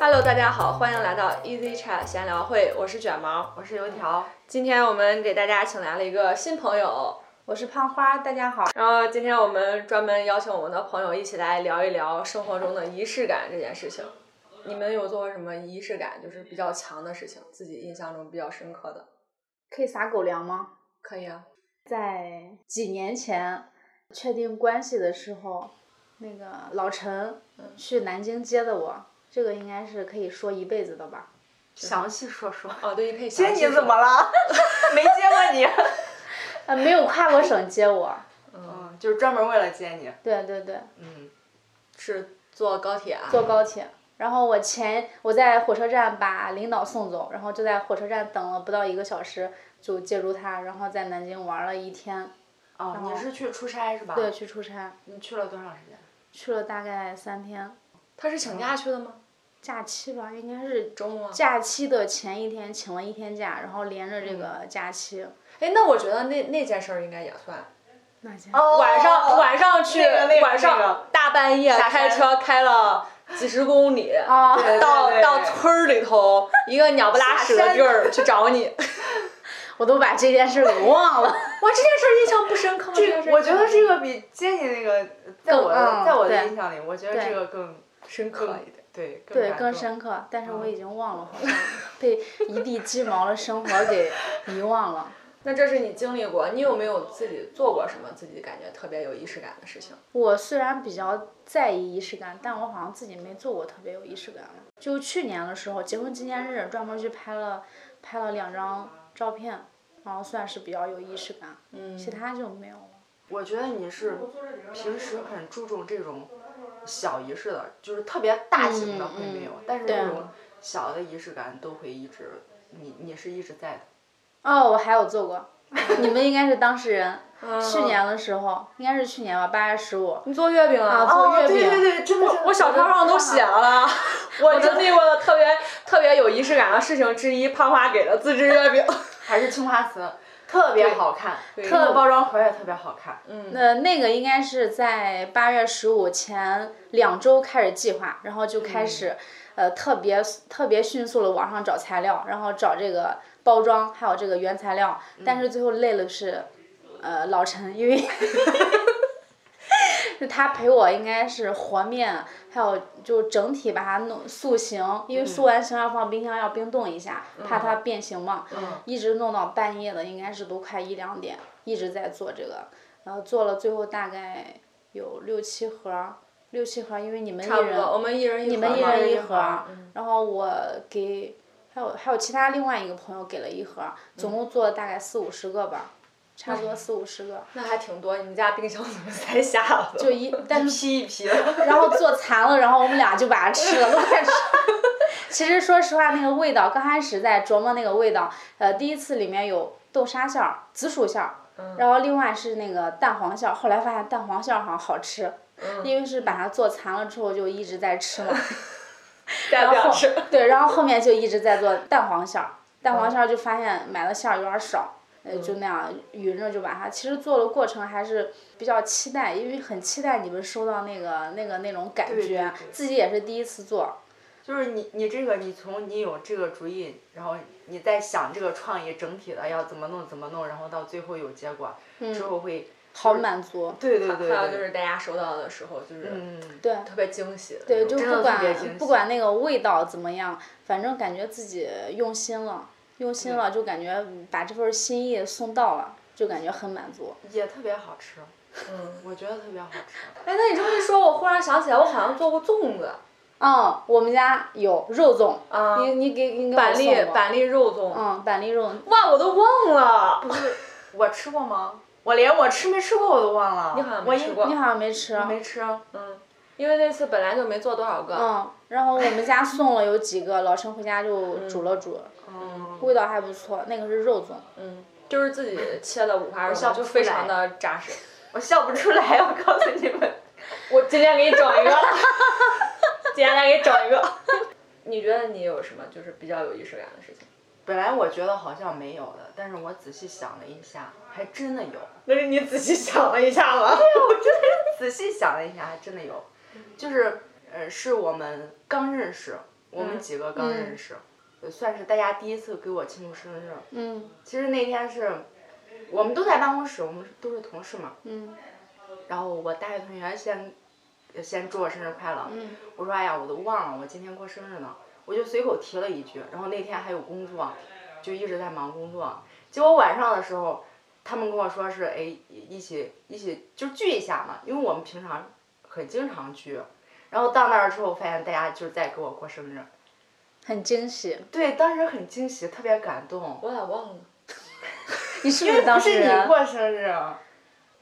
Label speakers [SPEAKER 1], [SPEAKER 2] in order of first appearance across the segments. [SPEAKER 1] Hello，大家好，欢迎来到 Easy Chat 闲聊会，我是卷毛。
[SPEAKER 2] 我是油条，
[SPEAKER 1] 今天我们给大家请来了一个新朋友，
[SPEAKER 2] 我是胖花，大家好。
[SPEAKER 1] 然后今天我们专门邀请我们的朋友一起来聊一聊生活中的仪式感这件事情。你们有做过什么仪式感就是比较强的事情，自己印象中比较深刻的？
[SPEAKER 2] 可以撒狗粮吗？
[SPEAKER 1] 可以啊，
[SPEAKER 2] 在几年前确定关系的时候，那个老陈
[SPEAKER 1] 嗯
[SPEAKER 2] 去南京接的我，这个应该是可以说一辈子的吧？
[SPEAKER 3] 详细说说。
[SPEAKER 1] 哦，对，你可以
[SPEAKER 3] 接
[SPEAKER 1] 详细
[SPEAKER 3] 你怎么
[SPEAKER 1] 说？
[SPEAKER 3] 了？没接过你。
[SPEAKER 2] 呃，没有跨过省接我。
[SPEAKER 1] 嗯，
[SPEAKER 3] 嗯，就是专门为了接你。
[SPEAKER 2] 对对对，
[SPEAKER 3] 嗯，
[SPEAKER 1] 是坐高铁啊？
[SPEAKER 2] 坐高铁。然后我前我在火车站把领导送走，然后就在火车站等了不到一个小时，就接住他，然后在南京玩了一天。
[SPEAKER 3] 哦，你是去出差是吧？
[SPEAKER 2] 对，。去出差，
[SPEAKER 3] 你去了多长时间？
[SPEAKER 2] 去了大概三天，
[SPEAKER 1] 他是请假去的吗？
[SPEAKER 2] 假期吧，应该是
[SPEAKER 1] 周末啊？
[SPEAKER 2] 假期的前一天请了一天假，然后连着这个假期，
[SPEAKER 1] 哎，那我觉得那那件事儿应该也算。
[SPEAKER 2] 那家
[SPEAKER 3] 哦
[SPEAKER 1] 晚上晚上去，
[SPEAKER 3] 那个那个
[SPEAKER 1] 晚上、
[SPEAKER 3] 那个
[SPEAKER 1] 大半夜
[SPEAKER 3] 下
[SPEAKER 1] 开
[SPEAKER 3] 山
[SPEAKER 1] 车开了几十公里，
[SPEAKER 2] 啊，
[SPEAKER 3] 对对
[SPEAKER 1] 到
[SPEAKER 3] 对
[SPEAKER 1] 到村儿里头一个鸟不拉屎的地儿去找你。
[SPEAKER 2] 我都把这件事给忘 了。
[SPEAKER 1] 哇， 这件事儿印象不深刻吗？这件事
[SPEAKER 3] 这
[SPEAKER 1] 儿
[SPEAKER 3] 我觉得
[SPEAKER 1] 印象
[SPEAKER 3] 这个比接你那个，在我
[SPEAKER 2] 更嗯
[SPEAKER 3] 的在我的
[SPEAKER 2] 对
[SPEAKER 3] 印象里，我觉得这个更
[SPEAKER 1] 深刻
[SPEAKER 3] 更
[SPEAKER 1] 一点。
[SPEAKER 3] 对更
[SPEAKER 2] 对，
[SPEAKER 3] 感
[SPEAKER 2] 更
[SPEAKER 3] 动。
[SPEAKER 2] 深刻，但是我已经忘了，好 像被一地鸡毛的生活给遗忘 了。
[SPEAKER 1] 那这是你经历过，你有没有自己做过什么自己感觉特别有仪式感的事情？
[SPEAKER 2] 我虽然比较在意仪式感，但我好像自己没做过特别有仪式感了。就去年的时候，结婚纪念日专门去拍了拍了两张照片，然后算是比较有仪式感，
[SPEAKER 1] 嗯，
[SPEAKER 2] 其他就没有了。
[SPEAKER 3] 我觉得你是平时很注重这种小仪式的，就是特别大型的
[SPEAKER 2] 嗯
[SPEAKER 3] 会没有，
[SPEAKER 2] 嗯
[SPEAKER 3] 但是
[SPEAKER 2] 对
[SPEAKER 3] 这种小的仪式感都会一直，你你是一直在的。
[SPEAKER 2] 哦，我还有做 过，你们应该是当事人。去
[SPEAKER 1] 嗯
[SPEAKER 2] 年的时候，应该是去年吧，八月十五。
[SPEAKER 1] 你做月饼啊？
[SPEAKER 2] 做
[SPEAKER 3] 哦，
[SPEAKER 2] 月
[SPEAKER 3] 对
[SPEAKER 2] 饼
[SPEAKER 3] 对对，真的是。
[SPEAKER 1] 我小
[SPEAKER 3] 时
[SPEAKER 1] 条
[SPEAKER 3] 候
[SPEAKER 1] 上都写了， 我经历过的特别特别有仪式感的事情之一，胖花给的自制月 饼。
[SPEAKER 3] 还是青花瓷，特别好看，
[SPEAKER 1] 对
[SPEAKER 3] 那个包装盒也特别好看。
[SPEAKER 1] 嗯，
[SPEAKER 2] 那那个应该是在八月十五前两周开始计划，然后就开始，呃，特别特别迅速的网上找材料，然后找这个包装，还有这个原材料，但是最后累了是，呃，老陈，因为。就他陪我应该是和面，还有就整体把它弄塑形，因为塑完形要放冰箱要冰冻一下，怕它变形嘛。一直弄到半夜的，应该是都快一两点，一直在做这个，然后做了最后大概有六七盒儿，六七盒儿，因为你们一
[SPEAKER 1] 差不
[SPEAKER 2] 人
[SPEAKER 1] 多，我们一人一
[SPEAKER 2] 你们
[SPEAKER 1] 盒
[SPEAKER 2] 一
[SPEAKER 1] 嘛
[SPEAKER 2] 人
[SPEAKER 3] 一
[SPEAKER 2] 一
[SPEAKER 3] 盒
[SPEAKER 2] 盒儿
[SPEAKER 1] 嗯，
[SPEAKER 2] 然后我给还有还有其他另外一个朋友给了一盒儿，总共做了大概四五十个吧，差不多四五十个，
[SPEAKER 1] 那还挺多，你们家冰箱怎么塞下了？
[SPEAKER 2] 就一但是
[SPEAKER 3] 批一批的，
[SPEAKER 2] 然后做残了，然后我们俩就把它吃了，都快吃。 其实说实话，那个味道，刚开始在琢磨那个味道，呃，第一次里面有豆沙馅儿、紫薯馅儿，然后另外是那个蛋黄馅儿，后来发现蛋黄馅儿好像好吃，因为是把它做残了之后就一直在吃嘛。
[SPEAKER 1] 代
[SPEAKER 2] 然
[SPEAKER 1] 表
[SPEAKER 2] 后
[SPEAKER 1] 是
[SPEAKER 2] 对，然后后面就一直在做蛋黄馅儿，蛋
[SPEAKER 3] 嗯
[SPEAKER 2] 黄馅儿就发现买的馅儿有点儿少，呃，就那样匀着就把它。其实做的过程还是比较期待，因为很期待你们收到那个那个那种感觉，
[SPEAKER 3] 对对对
[SPEAKER 2] 自己也是第一次做。
[SPEAKER 3] 就是你你这个你从你有这个主意，然后你在想这个创意整体的要怎么弄怎么弄，然后到最后有结果，
[SPEAKER 1] 嗯
[SPEAKER 3] 之后会
[SPEAKER 2] 好满足，
[SPEAKER 3] 对对对
[SPEAKER 1] 还有就
[SPEAKER 3] 对，
[SPEAKER 1] 是大家收到的时候，就是
[SPEAKER 3] 嗯，
[SPEAKER 2] 对
[SPEAKER 1] 特别惊喜。
[SPEAKER 2] 对，就
[SPEAKER 3] 真
[SPEAKER 2] 不
[SPEAKER 3] 的特别惊
[SPEAKER 2] 管
[SPEAKER 3] 喜
[SPEAKER 2] 不管那个味道怎么样，反正感觉自己用心了，用
[SPEAKER 3] 嗯
[SPEAKER 2] 心了就感觉把这份心意送到了，就感觉很满足。
[SPEAKER 3] 也特别好吃，
[SPEAKER 1] 嗯，
[SPEAKER 3] 我觉得特别好吃。
[SPEAKER 1] 哎，那你这么一说，我忽然想起来，我好像做过粽子，
[SPEAKER 2] 嗯，我们家有肉粽，
[SPEAKER 1] 啊
[SPEAKER 2] 你你给你给我
[SPEAKER 1] 板栗
[SPEAKER 2] 送过
[SPEAKER 1] 板栗肉粽，
[SPEAKER 2] 嗯，板栗肉，
[SPEAKER 1] 哇，我都忘了。
[SPEAKER 3] 我吃过吗？我连我吃没吃过我都忘了。
[SPEAKER 1] 你好像
[SPEAKER 3] 我
[SPEAKER 1] 没
[SPEAKER 3] 一
[SPEAKER 1] 吃过
[SPEAKER 2] 你好像没吃。
[SPEAKER 3] 没吃，
[SPEAKER 1] 嗯，因为那次本来就没做多少个，
[SPEAKER 2] 嗯，然后我们家送了有几个，老陈回家就煮了煮，
[SPEAKER 3] 嗯，
[SPEAKER 2] 味道还不错。那个是肉粽，
[SPEAKER 1] 嗯，就是自己切的五
[SPEAKER 2] 嗯
[SPEAKER 1] 花肉嘛，
[SPEAKER 3] 笑不
[SPEAKER 1] 就
[SPEAKER 3] 出
[SPEAKER 1] 非常
[SPEAKER 3] 来
[SPEAKER 1] 的扎实。
[SPEAKER 3] 我笑不出来， 我告诉你们。
[SPEAKER 1] 我今天给你整一 个，今天来给你整一个。你觉得你有什么就是比较有仪式感的事情？
[SPEAKER 3] 本来哎我觉得好像没有的，但是我仔细想了一下，还真的有。
[SPEAKER 1] 那是你仔细想了一下吗？
[SPEAKER 3] 我真的
[SPEAKER 2] 嗯
[SPEAKER 3] 是仔细想了一下，还真的有，就是呃，是我们刚认识，我
[SPEAKER 2] 嗯
[SPEAKER 3] 们几个刚认识，也算是大家第一次给我庆祝生日。
[SPEAKER 2] 嗯
[SPEAKER 3] 其实那天是我们都在办公室，我们都是同事嘛。
[SPEAKER 2] 嗯
[SPEAKER 3] 然后我大学同学先先祝我生日快乐，
[SPEAKER 2] 嗯
[SPEAKER 3] 我说哎呀，我都忘了我今天过生日呢，我就随口提了一句。然后那天还有工作，就一直在忙工作。结果晚上的时候，他们跟我说是哎一起一起就聚一下嘛，因为我们平常很经常聚。然后到那儿之后，发现大家就是在给我过生日，
[SPEAKER 2] 很惊喜。
[SPEAKER 3] 对，当时很惊喜，特别感动。
[SPEAKER 1] 我咋忘了？
[SPEAKER 2] 你是
[SPEAKER 3] 因
[SPEAKER 2] 不
[SPEAKER 3] 为
[SPEAKER 2] 是
[SPEAKER 3] 不
[SPEAKER 2] 当
[SPEAKER 3] 是
[SPEAKER 2] 事
[SPEAKER 3] 你
[SPEAKER 2] 人？
[SPEAKER 3] 过生日，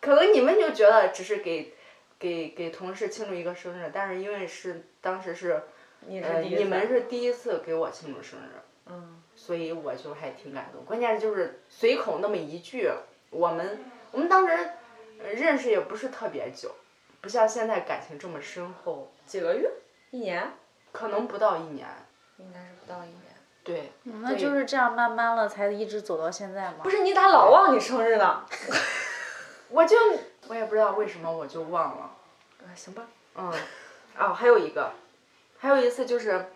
[SPEAKER 3] 可能你们就觉得只是给给给同事庆祝一个生日，但是因为是当时是
[SPEAKER 1] 你是
[SPEAKER 3] 呃
[SPEAKER 1] 第一次。
[SPEAKER 3] 你们是第一次给我庆祝生日，
[SPEAKER 1] 嗯，
[SPEAKER 3] 所以我就还挺感动。关键是就是随口那么一句，我们我们当时呃认识也不是特别久，不像现在感情这么深厚，
[SPEAKER 1] 几个月？一年？
[SPEAKER 3] 可能不到一年。
[SPEAKER 1] 应该是不到一年。
[SPEAKER 3] 对，
[SPEAKER 1] 嗯
[SPEAKER 2] 那就是这样慢慢了，才一直走到现在嘛。
[SPEAKER 1] 不是你咋老忘你生日呢？
[SPEAKER 3] 我就我也不知道为什么我就忘了。
[SPEAKER 1] 啊，行吧。
[SPEAKER 3] 嗯，哦，还有一个，还有一次就是，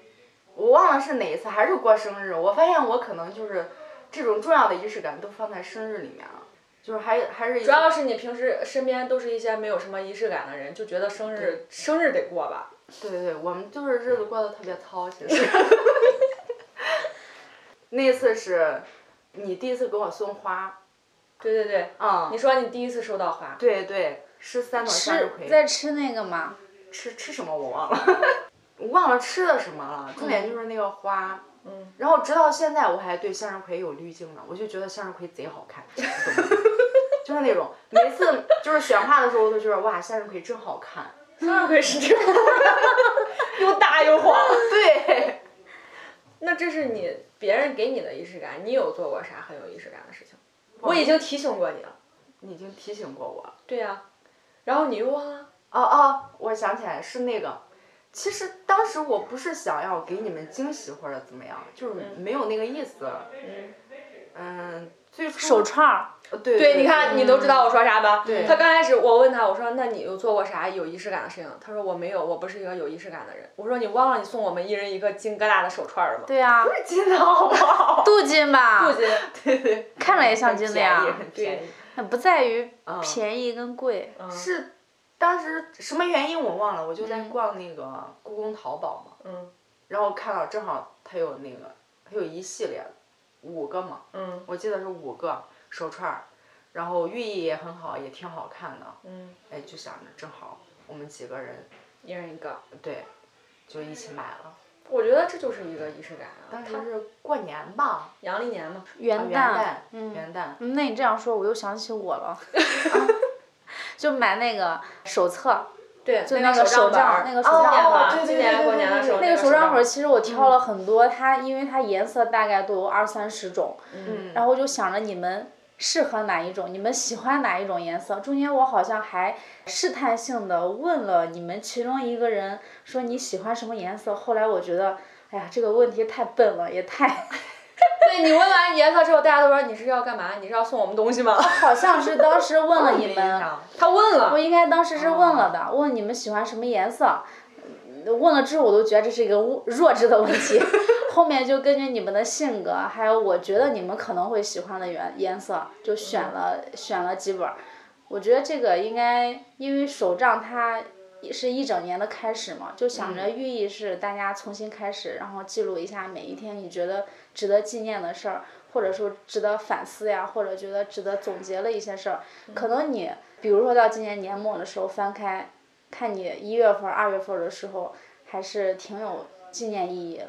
[SPEAKER 3] 我忘了是哪一次，还是过生日。我发现我可能就是这种重要的仪式感都放在生日里面了，就是还还是一
[SPEAKER 1] 主要是你平时身边都是一些没有什么仪式感的人，就觉得生日生日得过吧。
[SPEAKER 3] 对对，我们就是日子过得特别糙，其实。 那次是你第一次给我送花，
[SPEAKER 1] 对对对，
[SPEAKER 3] 嗯，
[SPEAKER 1] 你说你第一次收到花，
[SPEAKER 3] 对对，是三朵向日
[SPEAKER 2] 吃
[SPEAKER 3] 葵，
[SPEAKER 2] 在吃那个嘛，
[SPEAKER 3] 吃吃什么我忘了， 我忘了吃的什么了，重点就是那个花。
[SPEAKER 1] 嗯，
[SPEAKER 3] 然后直到现在，我还对向日葵有滤镜呢，我就觉得向日葵贼好 看，你懂吗就是那种每次就是选花的时候，我都觉得哇，向日葵真好看。
[SPEAKER 1] 向日葵是这样， 又大又黄。
[SPEAKER 3] 对，
[SPEAKER 1] 那这是你别人给你的仪式感，你有做过啥很有仪式感的事情？我已经提醒过你了。
[SPEAKER 3] 你已经提醒过我了。
[SPEAKER 1] 对呀、然后你又忘了。
[SPEAKER 3] 哦哦，我想起来是那个。其实当时我不是想要给你们惊喜或者怎么样，就是没有那个意思。
[SPEAKER 1] 嗯，
[SPEAKER 3] 嗯，最初
[SPEAKER 2] 手串儿，
[SPEAKER 3] 呃对嗯
[SPEAKER 1] 对，你看，你都知道我说啥吧？
[SPEAKER 3] 对
[SPEAKER 1] 他刚开始我问他，我说那你有做过啥有仪式感的事情？他说我没有，我不是一个有仪式感的人。我说你忘了你送我们一人一个金疙瘩的手串了吗？
[SPEAKER 2] 对 啊呀、
[SPEAKER 3] 不是金的好不好？
[SPEAKER 2] 镀金吧，
[SPEAKER 1] 不仅
[SPEAKER 3] 对对，
[SPEAKER 2] 看着也像金的呀
[SPEAKER 3] 很便宜很便宜。
[SPEAKER 2] 那不在于
[SPEAKER 3] 嗯
[SPEAKER 2] 便宜跟贵，
[SPEAKER 1] 嗯
[SPEAKER 3] 是当时什么原因我忘了，我就在逛那个故宫淘宝嘛，
[SPEAKER 1] 嗯
[SPEAKER 3] 然后看到正好它有那个，它有一系列五个嘛，
[SPEAKER 1] 嗯
[SPEAKER 3] 我记得是五个手串儿，然后寓意也很好，也挺好看的，
[SPEAKER 1] 嗯，
[SPEAKER 3] 哎，就想着正好我们几个人
[SPEAKER 1] 一人一个。
[SPEAKER 3] 对，就一起买了。
[SPEAKER 1] 我觉得这就是一个仪式感啊
[SPEAKER 3] 当。时
[SPEAKER 1] 他
[SPEAKER 3] 是过年吧，
[SPEAKER 1] 阳历年嘛，
[SPEAKER 3] 啊
[SPEAKER 2] 元
[SPEAKER 3] 元旦，
[SPEAKER 2] 嗯，
[SPEAKER 3] 元旦，
[SPEAKER 2] 嗯那你这样说，我又想起我了， 就买那个手册，
[SPEAKER 1] 对，
[SPEAKER 2] 就
[SPEAKER 1] 那
[SPEAKER 2] 那个手
[SPEAKER 1] 本
[SPEAKER 2] 账
[SPEAKER 1] 儿
[SPEAKER 2] 那个手账本
[SPEAKER 3] 哦
[SPEAKER 2] 儿
[SPEAKER 3] 对对
[SPEAKER 1] 今
[SPEAKER 3] 对
[SPEAKER 1] 年
[SPEAKER 3] 对
[SPEAKER 1] 过
[SPEAKER 3] 对
[SPEAKER 1] 年的时候
[SPEAKER 3] 对
[SPEAKER 2] 那个手
[SPEAKER 1] 账
[SPEAKER 2] 账本儿其实我挑了很多，它因为它颜色大概都有二三十种，
[SPEAKER 1] 嗯
[SPEAKER 2] 然后我就想着你们适合哪一种，你们喜欢哪一种颜色。中间我好像还试探性的问了你们其中一个人，说你喜欢什么颜色。后来我觉得，哎呀，这个问题太笨了，也太
[SPEAKER 1] 对你问完颜色之后，大家都说你是要干嘛？你是要送我们东西吗？
[SPEAKER 2] 好像是当时问了 你
[SPEAKER 3] 没印
[SPEAKER 2] 们，
[SPEAKER 3] 象
[SPEAKER 1] 他问
[SPEAKER 2] 我
[SPEAKER 1] 了，
[SPEAKER 2] 应该当时是问了的，问你们喜欢什么颜色。嗯问了之后，我都觉得这是一个弱弱智的问题。 后面就根据你们的性格，还有我觉得你们可能会喜欢的颜颜色，就选了、选了几本儿。我觉得这个应该，因为手账它是一整年的开始嘛，就想着寓意是大家重新开始，然后记录一下每一天你觉得值得纪念的事儿，或者说值得反思呀，或者觉得值得总结的一些事儿。可能你比如说到今年年末的时候翻开，看你一月份、二月份的时候，还是挺有纪念意义的。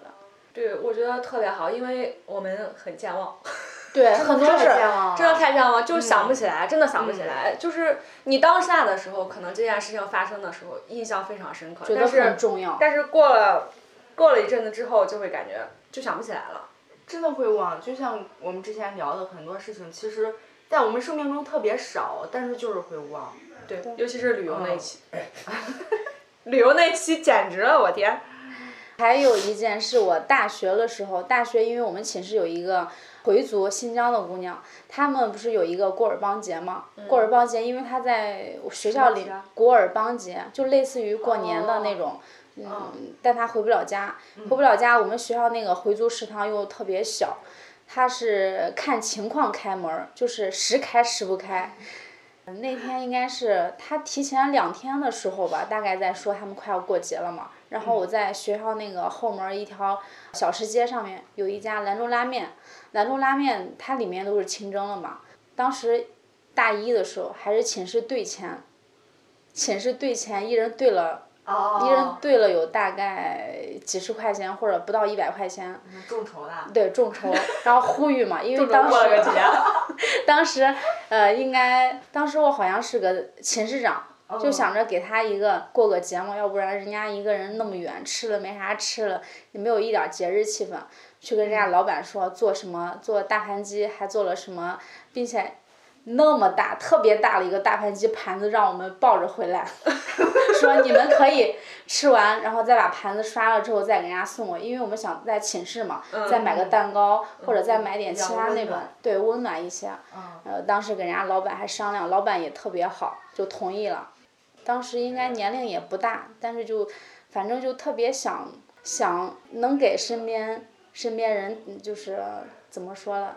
[SPEAKER 1] 对，我觉得特别好，因为我们很健忘，
[SPEAKER 2] 对，很多事
[SPEAKER 3] 太健
[SPEAKER 2] 儿
[SPEAKER 3] 忘了
[SPEAKER 1] 真的太健忘，就是想不起来，真的想不起
[SPEAKER 2] 嗯
[SPEAKER 1] 来。就是你当下的时候，可能这件事情发生的时候印象非常深刻，
[SPEAKER 2] 觉
[SPEAKER 1] 但
[SPEAKER 2] 得很
[SPEAKER 1] 是
[SPEAKER 2] 重要。
[SPEAKER 1] 但是过了过了一阵子之后，就会感觉就想不起来了。
[SPEAKER 3] 真的会忘，就像我们之前聊的很多事情，其实，在我们生命中特别少，但是就是会忘。
[SPEAKER 1] 对，尤其是旅游那一期，
[SPEAKER 2] 嗯
[SPEAKER 1] 旅游那期简直了，我天！
[SPEAKER 2] 还有一件是我大学的时候，大学因为我们寝室有一个回族新疆的姑娘，她们不是有一个古尔邦节吗？古尔嗯邦节，因为她在学校
[SPEAKER 1] 么
[SPEAKER 2] 里
[SPEAKER 1] 节啊，
[SPEAKER 2] 古尔邦节就类似于过年的那种，嗯，但他回不了家，回不了家。我们学校那个回族食堂又特别小，他是看情况开门儿，就是时开时不开。那天应该是他提前两天的时候吧，大概在说他们快要过节了嘛。然后我在学校那个后门一条小吃街上面有一家兰州拉面，兰州拉面它里面都是清蒸了嘛。当时大一的时候还是寝室对钱，寝室对钱一人对了。
[SPEAKER 3] 哦，
[SPEAKER 2] 一人对了有大概几十块钱或者不到一百块钱，
[SPEAKER 3] 众筹啊的，
[SPEAKER 2] 对众筹，然后呼吁嘛，因为当时
[SPEAKER 1] 过了个节，
[SPEAKER 2] 当时呃应该当时我好像是个寝室长，就想着给他一个过个节嘛，要不然人家一个人那么远，吃了没啥吃了，也没有一点节日气氛，去跟人家老板说做什么做大盘鸡，还做了什么，并且。那么大，特别大的一个大盘鸡盘子，让我们抱着回来，说你们可以吃完，然后再把盘子刷了之后再给人家送我，因为我们想在寝室嘛，再买个蛋糕、或者再买点其他那
[SPEAKER 3] 比较温
[SPEAKER 2] 种
[SPEAKER 3] 暖，嗯
[SPEAKER 2] 对，温暖一些。呃，当时给人家老板还商量，老板也特别好，就同意了。当时应该年龄也不大，但是就反正就特别想想能给身边身边人嗯就是怎么说了，